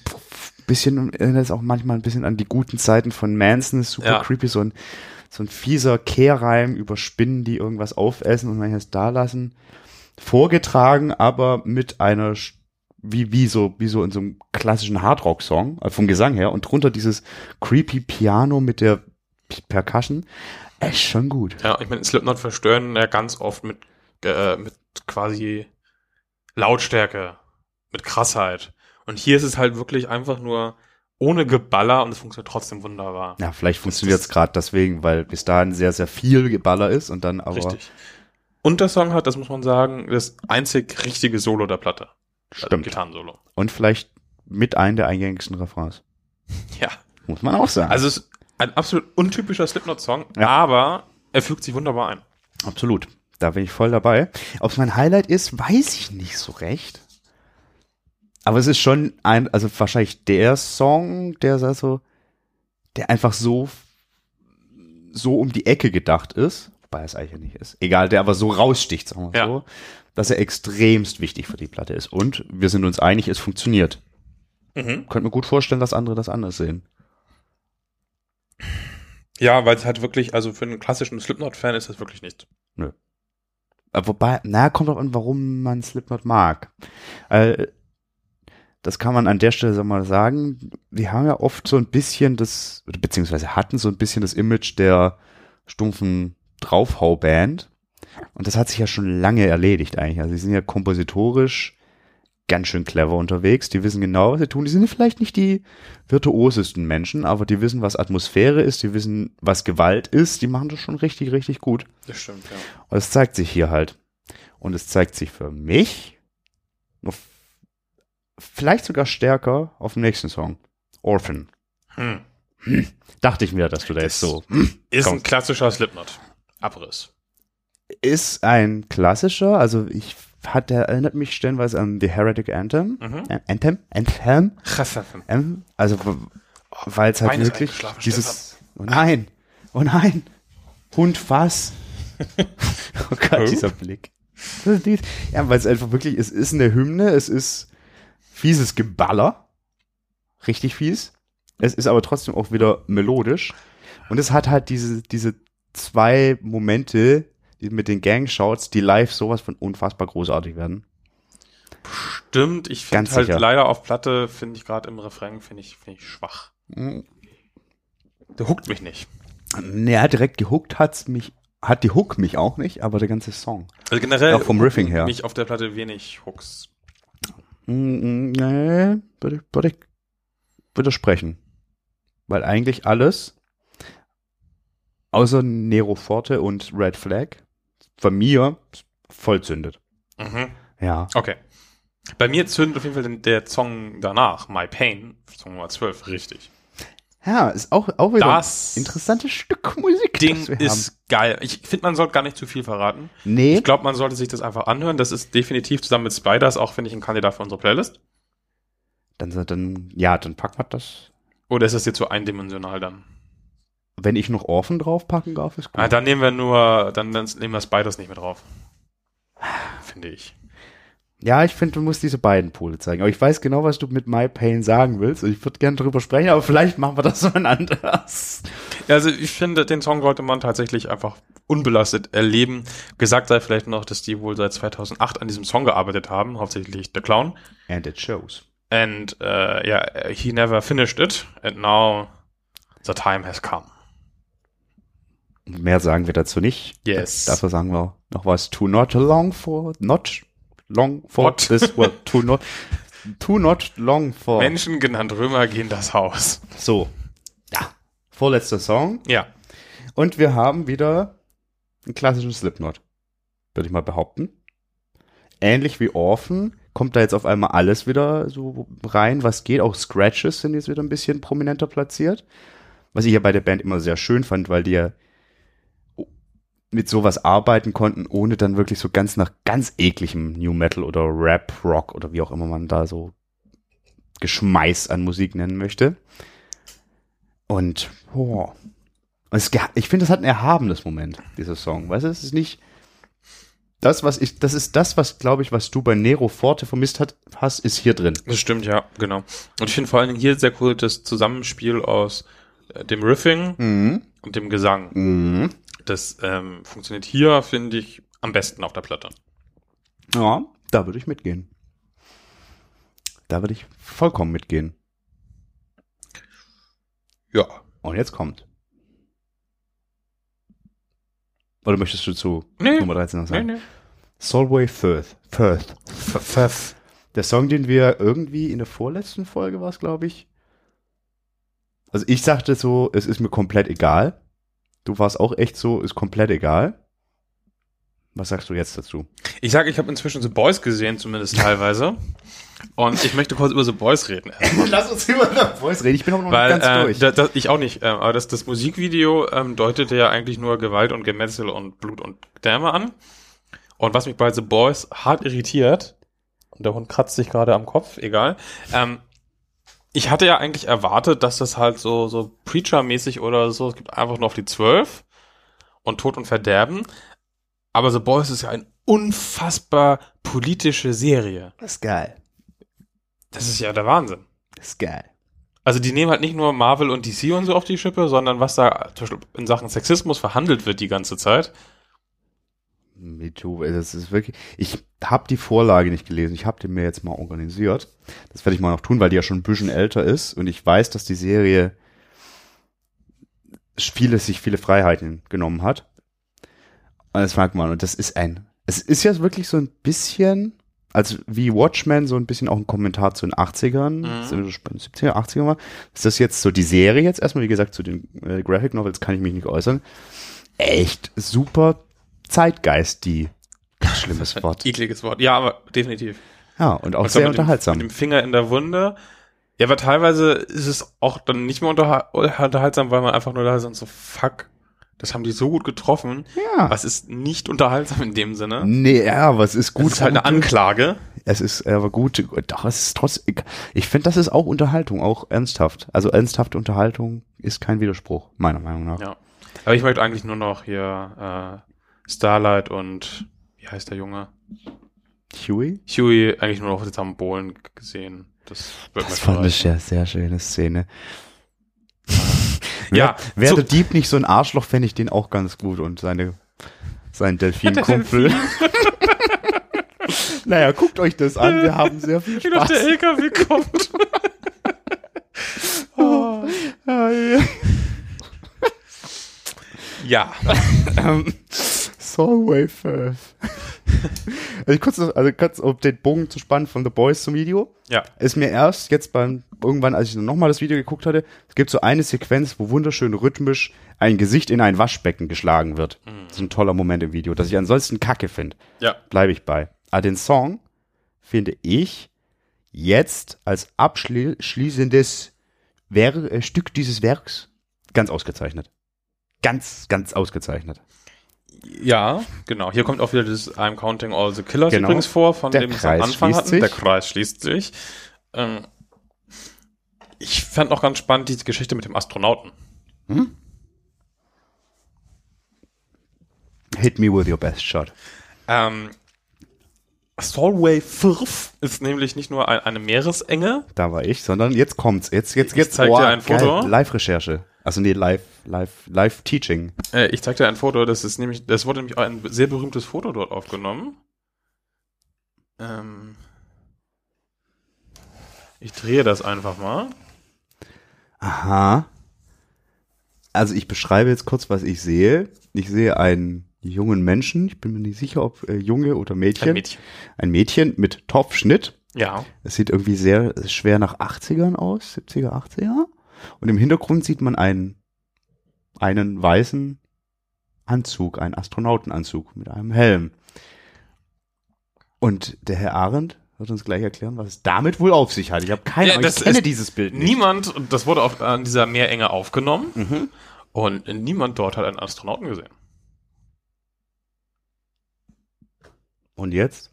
[SPEAKER 3] bisschen, erinnert es auch manchmal ein bisschen an die guten Zeiten von Manson, ist super
[SPEAKER 2] Ja.
[SPEAKER 3] creepy, so ein, so ein fieser Kehrreim über Spinnen, die irgendwas aufessen und manches da lassen. Vorgetragen, aber mit einer, Sch- wie, wie so, wie so in so einem klassischen Hardrock-Song, äh, vom Gesang her, und drunter dieses creepy Piano mit der P- Percussion. Echt schon gut.
[SPEAKER 2] Ja, ich meine, Slipknot verstören ja ganz oft mit, äh, mit quasi Lautstärke, mit Krassheit. Und hier ist es halt wirklich einfach nur ohne Geballer und es funktioniert trotzdem wunderbar.
[SPEAKER 3] Ja, vielleicht funktioniert es gerade deswegen, weil bis dahin sehr, sehr viel Geballer ist und dann aber
[SPEAKER 2] Richtig. Und der Song hat, das muss man sagen, das einzig richtige Solo der Platte. Also
[SPEAKER 3] Stimmt.
[SPEAKER 2] Gitarrensolo.
[SPEAKER 3] und vielleicht mit einem der eingängigsten Refrains.
[SPEAKER 2] Ja.
[SPEAKER 3] Muss man auch sagen.
[SPEAKER 2] Also es ist ein absolut untypischer Slipknot-Song,
[SPEAKER 3] Ja.
[SPEAKER 2] aber er fügt sich wunderbar ein.
[SPEAKER 3] Absolut. Da bin ich voll dabei. Ob es mein Highlight ist, weiß ich nicht so recht. Aber es ist schon ein, also wahrscheinlich der Song, der so, also, der einfach so, so um die Ecke gedacht ist, wobei er es eigentlich ja nicht ist. Egal, der aber so raussticht, sagen wir
[SPEAKER 2] Ja.
[SPEAKER 3] so, dass er extremst wichtig für die Platte ist. Und wir sind uns einig, es funktioniert.
[SPEAKER 2] Mhm.
[SPEAKER 3] Könnte mir gut vorstellen, dass andere das anders sehen.
[SPEAKER 2] Ja, weil es halt wirklich, also für einen klassischen Slipknot-Fan ist das wirklich nicht.
[SPEAKER 3] Äh, Wobei, na, kommt auch an, warum man Slipknot mag. Äh, das kann man an der Stelle so mal sagen. Wir haben ja oft so ein bisschen das, oder beziehungsweise hatten so ein bisschen das Image der stumpfen Draufhau-Band. Und das hat sich ja schon lange erledigt eigentlich. Also, die sind ja kompositorisch ganz schön clever unterwegs. Die wissen genau, was sie tun. Die sind vielleicht nicht die virtuosesten Menschen, aber die wissen, was Atmosphäre ist. Die wissen, was Gewalt ist. Die machen das schon richtig, richtig gut.
[SPEAKER 2] Das stimmt, ja.
[SPEAKER 3] Und es zeigt sich hier halt. Und es zeigt sich für mich noch f- vielleicht sogar stärker auf dem nächsten Song. Orphan.
[SPEAKER 2] Hm.
[SPEAKER 3] Dachte ich mir, dass du da jetzt
[SPEAKER 2] Das-
[SPEAKER 3] so.
[SPEAKER 2] Ist
[SPEAKER 3] Komm.
[SPEAKER 2] ein klassischer Slipknot. Abriss.
[SPEAKER 3] Ist ein klassischer, also ich hat, der erinnert mich stellenweise an The Heretic Anthem.
[SPEAKER 2] Mhm.
[SPEAKER 3] Äh, Anthem? Anthem?
[SPEAKER 2] Krass.
[SPEAKER 3] Ähm, also, w- weil es halt
[SPEAKER 2] Bein Oh, ist
[SPEAKER 3] wirklich
[SPEAKER 2] eingeschlafen,
[SPEAKER 3] dieses. Oh nein! Oh nein!
[SPEAKER 2] [laughs]
[SPEAKER 3] Hund, was? [laughs] oh Gott,
[SPEAKER 2] Oh.
[SPEAKER 3] dieser Blick. Das ist dies- Ja, weil es einfach wirklich, es ist eine Hymne, es ist fieses Geballer. Richtig fies. Es ist aber trotzdem auch wieder melodisch. Und es hat halt diese, diese zwei Momente die mit den Gangshouts, die live sowas von unfassbar großartig werden.
[SPEAKER 2] Stimmt, ich
[SPEAKER 3] Ganz
[SPEAKER 2] finde halt
[SPEAKER 3] sicher.
[SPEAKER 2] leider auf Platte, finde ich gerade im Refrain, finde ich, finde ich schwach. Der huckt mich nicht.
[SPEAKER 3] Naja, direkt gehuckt hat's mich, hat die Hook mich auch nicht, aber der ganze Song.
[SPEAKER 2] Also generell
[SPEAKER 3] Auch vom Riffing her.
[SPEAKER 2] nicht auf der Platte wenig Hooks.
[SPEAKER 3] Mm, mm, Nee, würde ich, würde ich widersprechen. Weil eigentlich alles, außer Nero Forte und Red Flag, von mir voll zündet.
[SPEAKER 2] Mhm.
[SPEAKER 3] Ja.
[SPEAKER 2] Okay. Bei mir zündet auf jeden Fall den- der Song danach, My Pain, Song Nummer 12, richtig.
[SPEAKER 3] Ja, ist auch, auch wieder
[SPEAKER 2] Das
[SPEAKER 3] ein interessantes Stück Musik.
[SPEAKER 2] Ding
[SPEAKER 3] das wir haben.
[SPEAKER 2] ist geil. Ich finde, man sollte gar nicht zu viel verraten.
[SPEAKER 3] Nee,
[SPEAKER 2] Ich glaube, man sollte sich das einfach anhören. Das ist definitiv zusammen mit Spiders auch, finde ich, ein Kandidat für unsere Playlist.
[SPEAKER 3] dann, dann, ja, dann packt man das.
[SPEAKER 2] Oder ist das jetzt so eindimensional dann?
[SPEAKER 3] Wenn ich noch Orphan draufpacken darf, ist gut.
[SPEAKER 2] Ah, dann nehmen wir nur, dann, dann nehmen wir Spiders nicht mehr drauf. Finde ich.
[SPEAKER 3] Ja, ich finde, du musst diese beiden Pole zeigen. Aber ich weiß genau, was du mit My Pain sagen willst. Und ich würde gerne drüber sprechen, aber vielleicht machen wir das [laughs] mal anders.
[SPEAKER 2] Ja, Also ich finde, den Song sollte man tatsächlich einfach unbelastet erleben. Gesagt sei vielleicht noch, dass die wohl seit 2008 an diesem Song gearbeitet haben, hauptsächlich The Clown.
[SPEAKER 3] And it shows.
[SPEAKER 2] And äh, ja, he never finished it. And now the time has come.
[SPEAKER 3] Mehr sagen wir dazu nicht.
[SPEAKER 2] Yes.
[SPEAKER 3] Dafür sagen wir noch was. To not long for, not long for
[SPEAKER 2] What?
[SPEAKER 3] this world. To not, to not long for.
[SPEAKER 2] Menschen genannt Römer gehen das Haus.
[SPEAKER 3] So. Ja. Vorletzter Song.
[SPEAKER 2] Ja.
[SPEAKER 3] Und wir haben wieder einen klassischen Slipknot. Würde ich mal behaupten. Ähnlich wie Orphan kommt da jetzt auf einmal alles wieder so rein, was geht. Auch Scratches sind jetzt wieder ein bisschen prominenter platziert. Was ich ja bei der Band immer sehr schön fand, weil die ja mit sowas arbeiten konnten, ohne dann wirklich so ganz nach ganz ekligem New Metal oder Rap, Rock oder wie auch immer man da so Geschmeiß an Musik nennen möchte. Und boah, es, ge- ich finde, das hat ein erhabenes Moment, dieser Song. Weißt du, es ist nicht das, was ich, das ist das, was, glaube ich, was du bei Nero Forte vermisst hat, hast, ist hier drin.
[SPEAKER 2] Das stimmt, ja, genau. Und ich finde vor allen Dingen hier sehr cool das Zusammenspiel aus äh, dem Riffing
[SPEAKER 3] Mhm.
[SPEAKER 2] und dem Gesang.
[SPEAKER 3] Mhm.
[SPEAKER 2] Das ähm, funktioniert hier, finde ich, am besten auf der Platte.
[SPEAKER 3] Ja, da würde ich mitgehen. Da würde ich vollkommen mitgehen.
[SPEAKER 2] Ja.
[SPEAKER 3] Und jetzt kommt. Oder möchtest du zu
[SPEAKER 2] Nee.
[SPEAKER 3] Nummer 13 noch
[SPEAKER 2] Nee,
[SPEAKER 3] sagen?
[SPEAKER 2] nee.
[SPEAKER 3] Solway Firth. Firth.
[SPEAKER 2] Pfeff.
[SPEAKER 3] Der Song, den wir irgendwie in der vorletzten Folge war es, glaube ich, Also ich sagte so, es ist mir komplett egal. Du warst auch echt so, ist komplett egal. Was sagst du jetzt dazu?
[SPEAKER 2] Ich sage, ich habe inzwischen The Boys gesehen, zumindest teilweise. Und ich möchte kurz über The Boys [laughs] reden.
[SPEAKER 3] Lass uns über The Voice reden. Ich bin auch noch nicht
[SPEAKER 2] Weil
[SPEAKER 3] ganz
[SPEAKER 2] äh,
[SPEAKER 3] durch.
[SPEAKER 2] da, da, ich auch nicht, äh, aber das, das Musikvideo ähm, deutete ja eigentlich nur Gewalt und Gemetzel und Blut und Dämme an. Und was mich bei The Boys hart irritiert, und der Hund kratzt sich gerade am Kopf, egal. Ähm, ich hatte ja eigentlich erwartet, dass das halt so, so Preacher-mäßig oder so, es gibt einfach nur auf die Zwölf und Tod und Verderben. Aber The Boys ist ja eine unfassbar politische Serie.
[SPEAKER 3] das ist geil.
[SPEAKER 2] Das ist ja der Wahnsinn.
[SPEAKER 3] Das ist geil.
[SPEAKER 2] Also die nehmen halt nicht nur Marvel und DC und so auf die Schippe, sondern was da zum Beispiel in Sachen Sexismus verhandelt wird die ganze Zeit.
[SPEAKER 3] Me too. Also Das ist wirklich. Ich habe die Vorlage nicht gelesen. Ich habe die mir jetzt mal organisiert. Das werde ich mal noch tun, weil die ja schon ein bisschen älter ist und ich weiß, dass die Serie viele, sich viele Freiheiten genommen hat. Und das mag man. Und das ist ein. Es ist ja wirklich so ein bisschen, also wie Watchmen, so ein bisschen auch ein Kommentar zu den 80ern,
[SPEAKER 2] Mhm.
[SPEAKER 3] 70er, 80er war. Ist das jetzt so die Serie jetzt erstmal? Wie gesagt, zu den äh, Graphic Novels kann ich mich nicht äußern. Echt super Zeitgeist, die. Ganz Schlimmes Wort.
[SPEAKER 2] Ekliges Wort. Ja, aber definitiv.
[SPEAKER 3] Ja, und auch
[SPEAKER 2] Und zwar
[SPEAKER 3] sehr
[SPEAKER 2] mit dem-
[SPEAKER 3] unterhaltsam.
[SPEAKER 2] Mit dem Finger in der Wunde. Ja, aber teilweise ist es auch dann nicht mehr unterha unterhaltsam, weil man einfach nur da ist und so, fuck, das haben die so gut getroffen.
[SPEAKER 3] ja.
[SPEAKER 2] Was ist nicht unterhaltsam in dem Sinne?
[SPEAKER 3] Nee, ja, aber es ist gut.
[SPEAKER 2] Gut, ist halt eine Anklage.
[SPEAKER 3] Es ist aber gut. Doch, es ist trotzdem. Ich, ich finde, das ist auch Unterhaltung, auch ernsthaft. Also ernsthafte Unterhaltung ist kein Widerspruch, meiner Meinung nach.
[SPEAKER 2] Ja. Aber ich möchte eigentlich nur noch hier äh, Starlight und wie heißt der Junge?
[SPEAKER 3] Huey?
[SPEAKER 2] Huey eigentlich nur noch jetzt am Bohlen gesehen. Das, wird
[SPEAKER 3] Das
[SPEAKER 2] mir
[SPEAKER 3] fand
[SPEAKER 2] schon
[SPEAKER 3] ich ja sehr schöne Szene.
[SPEAKER 2] Ja,
[SPEAKER 3] Wär- Wäre
[SPEAKER 2] so-
[SPEAKER 3] Dieb nicht so ein Arschloch, fände ich den auch ganz gut und seine, seinen Delfinkumpel. [laughs] naja, guckt euch das an, wir haben sehr viel
[SPEAKER 2] Ich glaub, der
[SPEAKER 3] Spaß.
[SPEAKER 2] LKW kommt. oh.
[SPEAKER 3] Ah, ja.
[SPEAKER 2] [laughs] Ja.
[SPEAKER 3] Ähm, Soulwave. äh. [laughs] also kurz, noch- also kurz, um den Bogen zu spannen von The Boys zum Video.
[SPEAKER 2] Ja.
[SPEAKER 3] Ist mir erst jetzt beim, irgendwann, als ich nochmal das Video geguckt hatte, es gibt so eine Sequenz, wo wunderschön rhythmisch ein Gesicht in ein Waschbecken geschlagen wird. Das ist ein toller Moment im Video, dass ich ansonsten kacke finde.
[SPEAKER 2] Ja.
[SPEAKER 3] Bleibe ich bei. Aber den Song finde ich jetzt als abschließendes Wer äh, Stück dieses Werks ganz ausgezeichnet. Ganz, ganz ausgezeichnet.
[SPEAKER 2] Ja, genau. Hier kommt auch wieder das I'm Counting All the Killers
[SPEAKER 3] Genau.
[SPEAKER 2] übrigens vor, von
[SPEAKER 3] Der
[SPEAKER 2] dem wir es am
[SPEAKER 3] Kreis
[SPEAKER 2] Anfang
[SPEAKER 3] schließt
[SPEAKER 2] hatten.
[SPEAKER 3] sich.
[SPEAKER 2] Der Kreis schließt sich. Ähm, ich fand noch ganz spannend die Geschichte mit dem Astronauten.
[SPEAKER 3] Hit me with your best shot.
[SPEAKER 2] Ähm, Solway Firth ist nämlich nicht nur ein, eine Meeresenge,
[SPEAKER 3] Da war ich, sondern jetzt kommt's. Jetzt, jetzt,
[SPEAKER 2] Ich
[SPEAKER 3] jetzt.
[SPEAKER 2] zeig dir ein Foto.
[SPEAKER 3] geil. Live-Recherche. Also nee, live, live, live Teaching.
[SPEAKER 2] Äh, ich zeig dir ein Foto, das ist nämlich, das wurde nämlich auch ein sehr berühmtes Foto dort aufgenommen. Ähm ich drehe das einfach mal.
[SPEAKER 3] Aha. Also ich beschreibe jetzt kurz, was ich sehe. Ich sehe einen jungen Menschen. Ich bin mir nicht sicher, ob äh, Junge oder Mädchen. Ein Mädchen mit Topfschnitt.
[SPEAKER 2] Ja.
[SPEAKER 3] Es sieht irgendwie sehr schwer nach 80ern aus, 70er, 80er. Und im Hintergrund sieht man einen, einen weißen Anzug, einen Astronautenanzug mit einem Helm. Und der Herr Arendt wird uns gleich erklären, was es damit wohl auf sich hat. Ich habe keine
[SPEAKER 2] Ja,
[SPEAKER 3] Ahnung, ich
[SPEAKER 2] das
[SPEAKER 3] kenne
[SPEAKER 2] ist
[SPEAKER 3] dieses Bild nicht. Mhm.
[SPEAKER 2] Niemand, und das wurde auf, an dieser Meerenge aufgenommen. Und niemand dort hat einen Astronauten gesehen.
[SPEAKER 3] Und jetzt?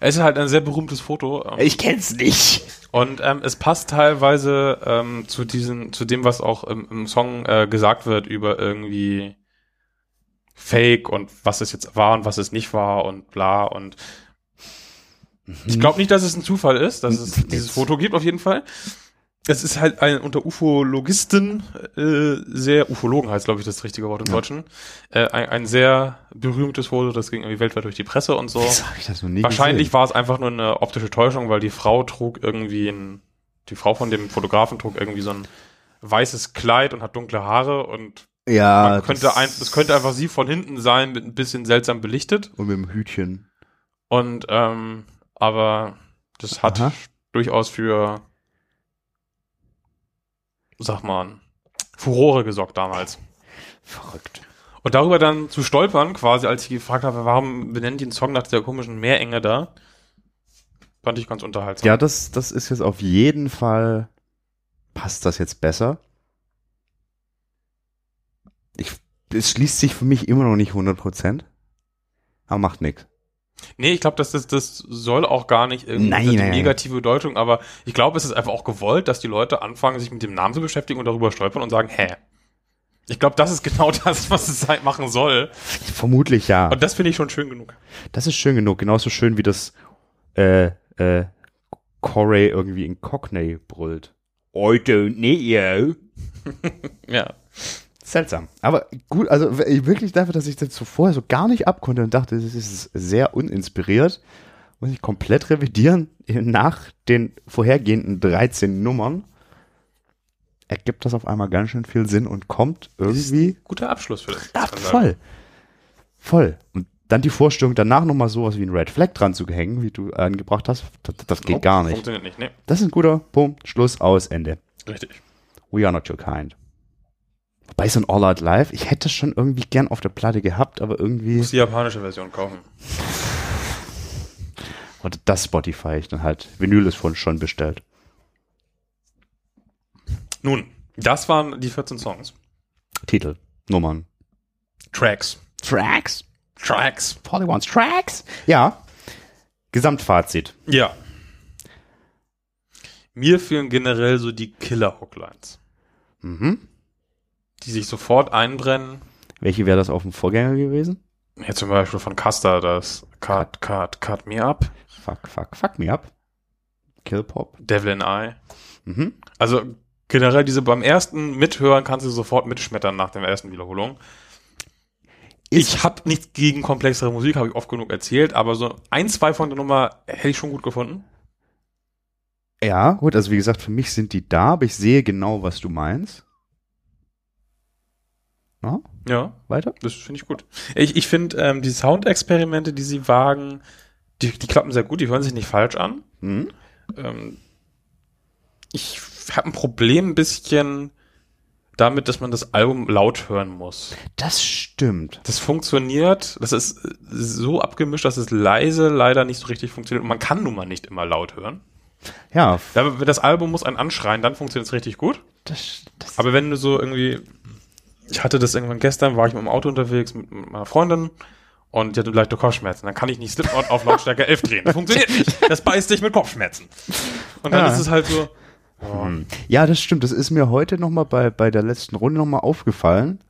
[SPEAKER 2] Es ist halt ein sehr berühmtes Foto. ähm,
[SPEAKER 3] Ich kenn's nicht.
[SPEAKER 2] Und ähm, es passt teilweise ähm, zu diesen, zu dem, was auch im, im Song äh, gesagt wird über irgendwie Fake und was es jetzt war und was es nicht war und bla und ich glaube nicht, dass es ein Zufall ist, dass es dieses Foto gibt auf jeden Fall. Es ist halt ein unter Ufologisten äh, sehr Ufologen heißt, glaube ich, das richtige Wort im Deutschen. Äh, ein, ein sehr berühmtes Foto, das ging irgendwie weltweit durch die Presse und so.
[SPEAKER 3] Wieso hab ich das noch nie
[SPEAKER 2] Wahrscheinlich
[SPEAKER 3] gesehen?
[SPEAKER 2] war es einfach nur eine optische Täuschung, weil die Frau trug irgendwie ein, die Frau von dem Fotografen trug irgendwie so ein weißes Kleid und hat dunkle Haare und
[SPEAKER 3] Ja.
[SPEAKER 2] man könnte ein, es könnte einfach sie von hinten sein, mit ein bisschen seltsam belichtet.
[SPEAKER 3] Und mit dem Hütchen.
[SPEAKER 2] Und ähm, aber das hat
[SPEAKER 3] Aha.
[SPEAKER 2] durchaus für sag mal, Furore gesorgt damals.
[SPEAKER 3] Verrückt.
[SPEAKER 2] Und darüber dann zu stolpern, quasi, als ich gefragt habe, warum benennen die einen Song nach dieser komischen Meerenge da, fand ich ganz unterhaltsam.
[SPEAKER 3] Ja, das, das ist jetzt auf jeden Fall, passt das jetzt besser? Ich, es schließt sich für mich immer noch nicht 100%, aber macht nix.
[SPEAKER 2] Nee, ich glaube, das, das, das soll auch gar nicht irgendwie
[SPEAKER 3] Nein,
[SPEAKER 2] eine
[SPEAKER 3] nein, nein.
[SPEAKER 2] negative Bedeutung, aber ich glaube, es ist einfach auch gewollt, dass die Leute anfangen, sich mit dem Namen zu beschäftigen und darüber stolpern und sagen, hä? Ich glaube, das ist genau [laughs] das, was es halt machen soll.
[SPEAKER 3] Vermutlich ja.
[SPEAKER 2] Und das finde ich schon schön genug.
[SPEAKER 3] Das ist schön genug, genauso schön wie das äh, äh, Corey irgendwie in Cockney brüllt. I don't need you.
[SPEAKER 2] Ja.
[SPEAKER 3] Seltsam. Aber gut, also w- wirklich dafür, dass ich das zuvor so gar nicht abkonnte und dachte, das ist sehr uninspiriert, muss ich komplett revidieren nach den vorhergehenden 13 Nummern. Ergibt das auf einmal ganz schön viel Sinn und kommt irgendwie
[SPEAKER 2] Guter Abschluss für das.
[SPEAKER 3] ja,
[SPEAKER 2] Ganze.
[SPEAKER 3] voll. Voll. Und dann die Vorstellung, danach nochmal sowas wie ein Red Flag dran zu hängen, wie du angebracht hast, das, das geht
[SPEAKER 2] Nope,
[SPEAKER 3] gar nicht.
[SPEAKER 2] Funktioniert nicht, nee.
[SPEAKER 3] Das ist ein guter Punkt, Schluss, Aus, Ende.
[SPEAKER 2] Richtig.
[SPEAKER 3] We are not your kind. Wobei so ein All Out Live, ich hätte das schon irgendwie gern auf der Platte gehabt, aber irgendwie.
[SPEAKER 2] Muss die japanische Version kaufen.
[SPEAKER 3] Und das Spotify ich dann halt. Vinyl ist von schon bestellt.
[SPEAKER 2] Nun, das waren die 14 Songs.
[SPEAKER 3] Titel, Nummern.
[SPEAKER 2] Tracks.
[SPEAKER 3] Tracks?
[SPEAKER 2] Tracks.
[SPEAKER 3] Polygons Tracks? Ja. Gesamtfazit.
[SPEAKER 2] Ja. Mir fehlen generell so die Killer-Hooklines,
[SPEAKER 3] Mhm.
[SPEAKER 2] die sich sofort einbrennen.
[SPEAKER 3] Welche wäre das auf dem Vorgänger gewesen?
[SPEAKER 2] Hier zum Beispiel von Custer das Cut, Cut, Cut Me Up,
[SPEAKER 3] Fuck, fuck, fuck me up. Kill Pop.
[SPEAKER 2] Devil in Eye.
[SPEAKER 3] Mhm.
[SPEAKER 2] Also generell diese beim ersten Mithören kannst du sofort mitschmettern nach der ersten Wiederholung. Ich habe nichts gegen komplexere Musik, habe ich oft genug erzählt, aber so ein, zwei von der Nummer hätte ich schon gut gefunden.
[SPEAKER 3] Ja, gut, also wie gesagt, für mich sind die da, aber ich sehe genau, was du meinst. Na,
[SPEAKER 2] Ja,
[SPEAKER 3] weiter?
[SPEAKER 2] das finde ich gut. Ich, ich finde ähm, die Soundexperimente, die sie wagen, die, die klappen sehr gut, die hören sich nicht falsch an.
[SPEAKER 3] Mhm.
[SPEAKER 2] ähm, ich habe ein Problem ein bisschen damit, dass man das Album laut hören muss.
[SPEAKER 3] Das stimmt.
[SPEAKER 2] Das funktioniert, das ist äh, so abgemischt, dass es leise leider nicht so richtig funktioniert. Und man kann nun mal nicht immer laut hören.
[SPEAKER 3] Ja,
[SPEAKER 2] Da- Wenn das Album muss einen anschreien, dann funktioniert es richtig gut.
[SPEAKER 3] das, das
[SPEAKER 2] Aber wenn du so irgendwie, ich hatte das irgendwann gestern, war ich mit dem Auto unterwegs mit meiner Freundin und die hatte leichte Kopfschmerzen. Dann kann ich nicht Slipknot auf Lautstärke 11 drehen. Das
[SPEAKER 3] [laughs]
[SPEAKER 2] funktioniert nicht. Das beißt dich mit Kopfschmerzen. Und dann
[SPEAKER 3] Ja.
[SPEAKER 2] ist es halt so, oh,
[SPEAKER 3] ja, das stimmt. Das ist mir heute nochmal bei, bei der letzten Runde nochmal aufgefallen.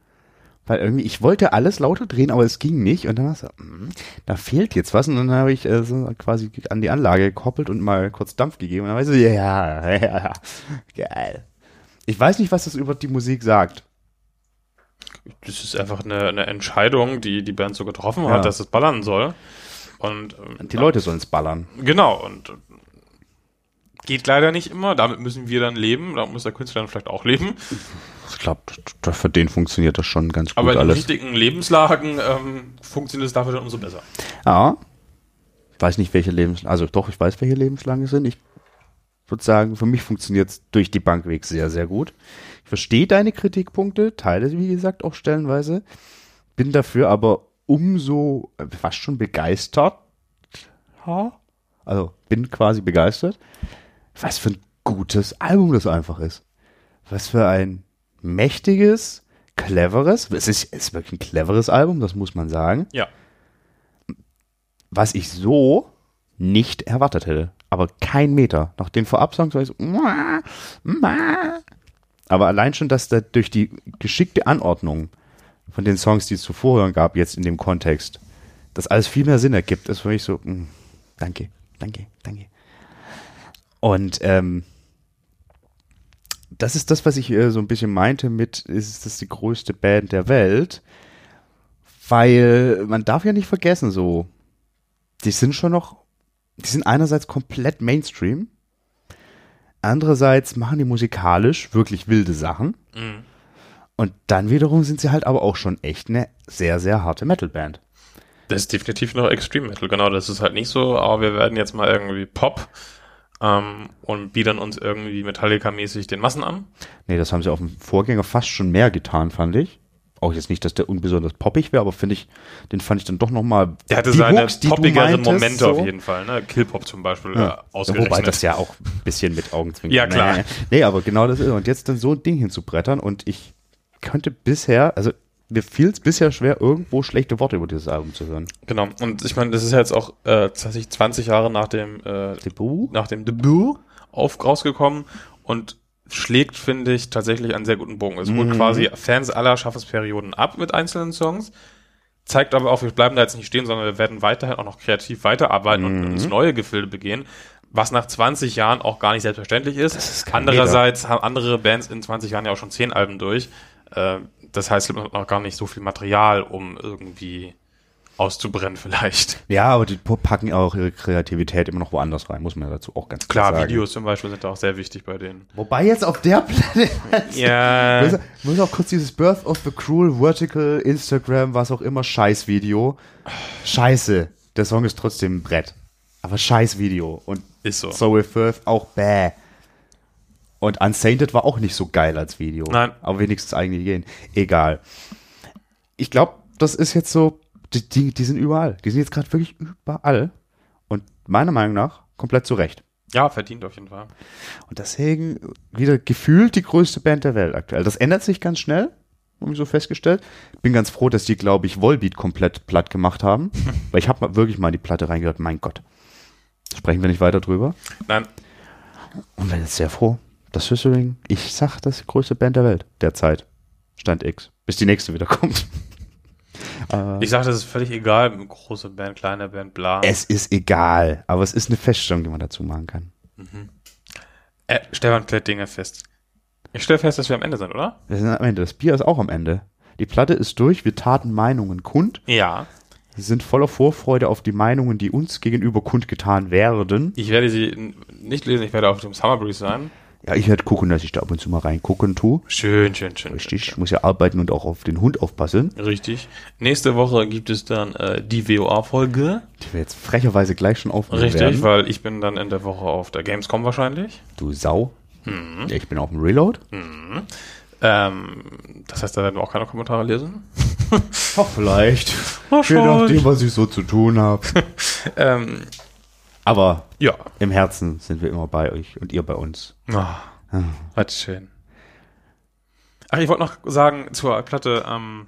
[SPEAKER 3] Weil irgendwie, ich wollte alles lauter drehen, aber es ging nicht. Und dann war so, hm, da fehlt jetzt was. Und dann habe ich äh, so quasi an die Anlage gekoppelt und mal kurz Dampf gegeben. Und dann war ich so, [laughs] ja, ja, ja, geil. Ich weiß nicht, was das über die Musik sagt.
[SPEAKER 2] das ist einfach eine, eine Entscheidung, die die Band so getroffen
[SPEAKER 3] Ja.
[SPEAKER 2] hat, dass es ballern soll. Und ähm,
[SPEAKER 3] Die Leute sollen es ballern.
[SPEAKER 2] genau, und äh, geht leider nicht immer. Damit müssen wir dann leben, da muss der Künstler dann vielleicht auch leben.
[SPEAKER 3] Ich glaube, für den funktioniert das schon ganz gut
[SPEAKER 2] Aber in
[SPEAKER 3] alles.
[SPEAKER 2] richtigen Lebenslagen ähm, funktioniert es dafür dann umso besser.
[SPEAKER 3] Ja. Weiß nicht, welche Lebens, also doch, ich weiß, welche Lebenslange sind. Ich würde sagen, für mich funktioniert es durch die Bank weg sehr, sehr gut. Ich verstehe deine Kritikpunkte, teile sie, wie gesagt, auch stellenweise. Bin dafür aber umso äh, fast schon begeistert. Ha? Also bin quasi begeistert. Was für ein gutes Album das einfach ist. Was für ein mächtiges, cleveres, es ist, es ist wirklich ein cleveres Album, das muss man sagen
[SPEAKER 2] Ja.
[SPEAKER 3] was ich so nicht erwartet hätte. Aber kein Meter. Nach den Vorabsongs war ich so. "Mua, mua." Aber allein schon, dass da durch die geschickte Anordnung von den Songs, die es zuvor hören gab, jetzt in dem Kontext, dass alles viel mehr Sinn ergibt, ist für mich so, mm, danke, danke, danke. Und ähm, das ist das, was ich äh, so ein bisschen meinte mit, ist das die größte Band der Welt? Weil man darf ja nicht vergessen, so, die sind schon noch, die sind einerseits komplett Mainstream, andererseits machen die musikalisch wirklich wilde Sachen.
[SPEAKER 2] Mhm.
[SPEAKER 3] Und dann wiederum sind sie halt aber auch schon echt eine sehr, sehr harte Metalband.
[SPEAKER 2] Das ist definitiv noch Extreme Metal, genau. Das ist halt nicht so, aber wir werden jetzt mal irgendwie Pop ähm, und biedern uns irgendwie Metallica-mäßig den Massen an.
[SPEAKER 3] Nee, das haben sie auf dem Vorgänger fast schon mehr getan, fand ich. Auch jetzt nicht, dass der unbesonders poppig wäre, aber finde ich, den fand ich dann doch nochmal.
[SPEAKER 2] Der hatte seine
[SPEAKER 3] die du
[SPEAKER 2] poppigeren
[SPEAKER 3] meintest,
[SPEAKER 2] Momente
[SPEAKER 3] so.
[SPEAKER 2] auf jeden Fall, ne? Killpop zum Beispiel,
[SPEAKER 3] Ja.
[SPEAKER 2] ja. ausgerechnet.
[SPEAKER 3] Wobei das ja auch ein bisschen mit Augenzwinkern.
[SPEAKER 2] Ja, klar.
[SPEAKER 3] Nee, nee, aber genau das ist. Und jetzt dann so ein Ding hinzubrettern und ich könnte bisher, also mir fiel es bisher schwer, irgendwo schlechte Worte über dieses Album zu hören.
[SPEAKER 2] Genau. Und ich meine, das ist ja jetzt auch äh, tatsächlich 20 Jahre nach dem, äh,
[SPEAKER 3] Debut?
[SPEAKER 2] nach dem Debüt auf, rausgekommen und schlägt, finde ich, tatsächlich einen sehr guten Bogen. Es
[SPEAKER 3] Mhm.
[SPEAKER 2] holt quasi Fans aller Schaffensperioden ab mit einzelnen Songs, zeigt aber auch, wir bleiben da jetzt nicht stehen, sondern wir werden weiterhin auch noch kreativ weiterarbeiten
[SPEAKER 3] Mhm.
[SPEAKER 2] und uns neue Gefilde begehen, was nach 20 Jahren auch gar nicht selbstverständlich ist.
[SPEAKER 3] kein
[SPEAKER 2] Andererseits haben andere Bands in 20 Jahren ja auch schon 10 Alben durch. Äh, Das heißt, es gibt noch gar nicht so viel Material, um irgendwie auszubrennen vielleicht.
[SPEAKER 3] Ja, aber die packen auch ihre Kreativität immer noch woanders rein, muss man ja dazu auch ganz klar,
[SPEAKER 2] Klar,
[SPEAKER 3] sagen.
[SPEAKER 2] Videos zum Beispiel sind da auch sehr wichtig bei denen.
[SPEAKER 3] Wobei jetzt auf der Platte.
[SPEAKER 2] Ja.
[SPEAKER 3] Ich muss auch kurz dieses Birth of the Cruel Vertical Instagram, was auch immer, Scheiß-Video. Scheiße. Der Song ist trotzdem ein Brett. Aber Scheiß-Video. Und
[SPEAKER 2] Ist so.
[SPEAKER 3] So Will Firth auch bäh. Und Unsainted war auch nicht so geil als Video.
[SPEAKER 2] Nein.
[SPEAKER 3] Aber wenigstens eigentlich gehen. Egal. Ich glaube, das ist jetzt so, die, die, die sind überall. Die sind jetzt gerade wirklich überall. Und meiner Meinung nach komplett zu Recht.
[SPEAKER 2] Ja, verdient auf jeden Fall.
[SPEAKER 3] Und deswegen wieder gefühlt die größte Band der Welt aktuell. Das ändert sich ganz schnell, habe ich so festgestellt. Bin ganz froh, dass die, glaube ich, Volbeat komplett platt gemacht haben. Weil ich habe wirklich mal in die Platte reingehört. Mein Gott. Sprechen wir nicht weiter drüber.
[SPEAKER 2] Nein,
[SPEAKER 3] Und bin jetzt sehr froh, dass Whistling, ich sag, das ist die größte Band der Welt derzeit. Stand X. Bis die nächste wieder kommt.
[SPEAKER 2] ich sage, das ist völlig egal, große Band, kleine Band, bla.
[SPEAKER 3] Es ist egal. Aber es ist eine Feststellung, die man dazu machen kann.
[SPEAKER 2] Äh, Stefan klärt Dinge fest. Ich stelle fest, dass wir am Ende sind, oder?
[SPEAKER 3] Wir sind am Ende. Das Bier ist auch am Ende. Die Platte ist durch. Wir taten Meinungen kund.
[SPEAKER 2] Ja.
[SPEAKER 3] Sie sind voller Vorfreude auf die Meinungen, die uns gegenüber kundgetan werden.
[SPEAKER 2] Ich werde sie n- nicht lesen, ich werde auf dem Summer Breeze sein.
[SPEAKER 3] Ja, ich werde gucken, dass ich da ab und zu mal reingucken tue.
[SPEAKER 2] Schön, schön, schön.
[SPEAKER 3] Richtig, ich muss ja arbeiten und auch auf den Hund aufpassen.
[SPEAKER 2] Richtig. Nächste Woche gibt es dann äh, die WOA-Folge.
[SPEAKER 3] Die wir jetzt frecherweise gleich schon aufnehmen
[SPEAKER 2] Richtig,
[SPEAKER 3] werden.
[SPEAKER 2] weil ich bin dann in der Woche auf der Gamescom wahrscheinlich.
[SPEAKER 3] Du Sau. Ja, ich bin auf dem Reload.
[SPEAKER 2] Ähm, das heißt, da werden wir auch keine Kommentare lesen.
[SPEAKER 3] Ach, [laughs] vielleicht. Je
[SPEAKER 2] Wahrscheinlich.
[SPEAKER 3] nachdem, was ich so zu tun habe.
[SPEAKER 2] [laughs] Ähm,
[SPEAKER 3] Aber
[SPEAKER 2] ja.
[SPEAKER 3] im Herzen sind wir immer bei euch und ihr bei uns.
[SPEAKER 2] Ah, was schön. Ach, ich wollte noch sagen zur Platte, ähm,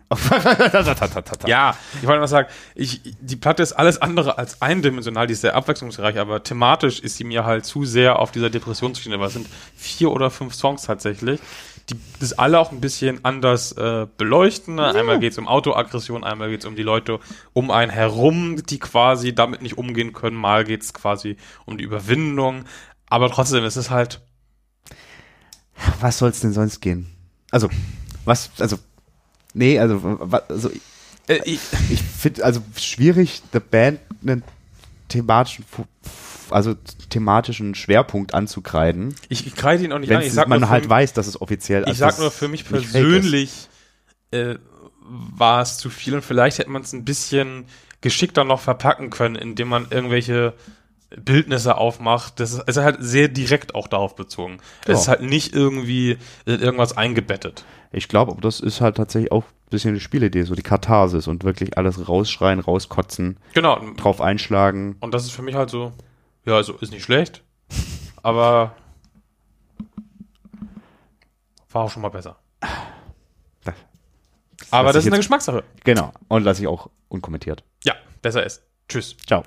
[SPEAKER 2] ja, ich wollte noch sagen, ich, die Platte ist alles andere als eindimensional, die ist sehr abwechslungsreich, aber thematisch ist sie mir halt zu sehr auf dieser Depressionsschiene, weil es sind vier oder fünf Songs tatsächlich, die das alle auch ein bisschen anders äh, beleuchten. Einmal geht es um Autoaggression, einmal geht es um die Leute um einen herum, die quasi damit nicht umgehen können, mal geht es quasi um die Überwindung, aber trotzdem ist es halt
[SPEAKER 3] Was soll's denn sonst gehen? Also, was, also, nee, also, wa- also
[SPEAKER 2] Äh, ich,
[SPEAKER 3] ich finde also schwierig, der Band einen thematischen, Fu- also thematischen Schwerpunkt anzukreiden,
[SPEAKER 2] ich, ich kreide ihn auch nicht
[SPEAKER 3] wenn
[SPEAKER 2] an. Ich
[SPEAKER 3] es-
[SPEAKER 2] sag
[SPEAKER 3] man
[SPEAKER 2] nur
[SPEAKER 3] halt
[SPEAKER 2] für,
[SPEAKER 3] weiß, dass es offiziell
[SPEAKER 2] Ich
[SPEAKER 3] also
[SPEAKER 2] sag
[SPEAKER 3] das
[SPEAKER 2] nur für mich
[SPEAKER 3] nicht fake ist.
[SPEAKER 2] persönlich äh, war es zu viel und vielleicht hätte man es ein bisschen geschickter noch verpacken können, indem man irgendwelche Bildnisse aufmacht. Das ist, es ist halt sehr direkt auch darauf bezogen.
[SPEAKER 3] Ja.
[SPEAKER 2] Es ist halt nicht irgendwie in irgendwas eingebettet.
[SPEAKER 3] Ich glaube, das ist halt tatsächlich auch ein bisschen eine Spielidee, so die Katharsis und wirklich alles rausschreien, rauskotzen,
[SPEAKER 2] Genau.
[SPEAKER 3] drauf einschlagen.
[SPEAKER 2] Und das ist für mich halt so, ja, also ist nicht schlecht, aber war auch schon mal besser. Aber
[SPEAKER 3] lass
[SPEAKER 2] das
[SPEAKER 3] ich
[SPEAKER 2] ist eine
[SPEAKER 3] jetzt-
[SPEAKER 2] Geschmackssache.
[SPEAKER 3] Genau. Und lasse ich auch unkommentiert.
[SPEAKER 2] Ja, besser ist. Tschüss.
[SPEAKER 3] Ciao.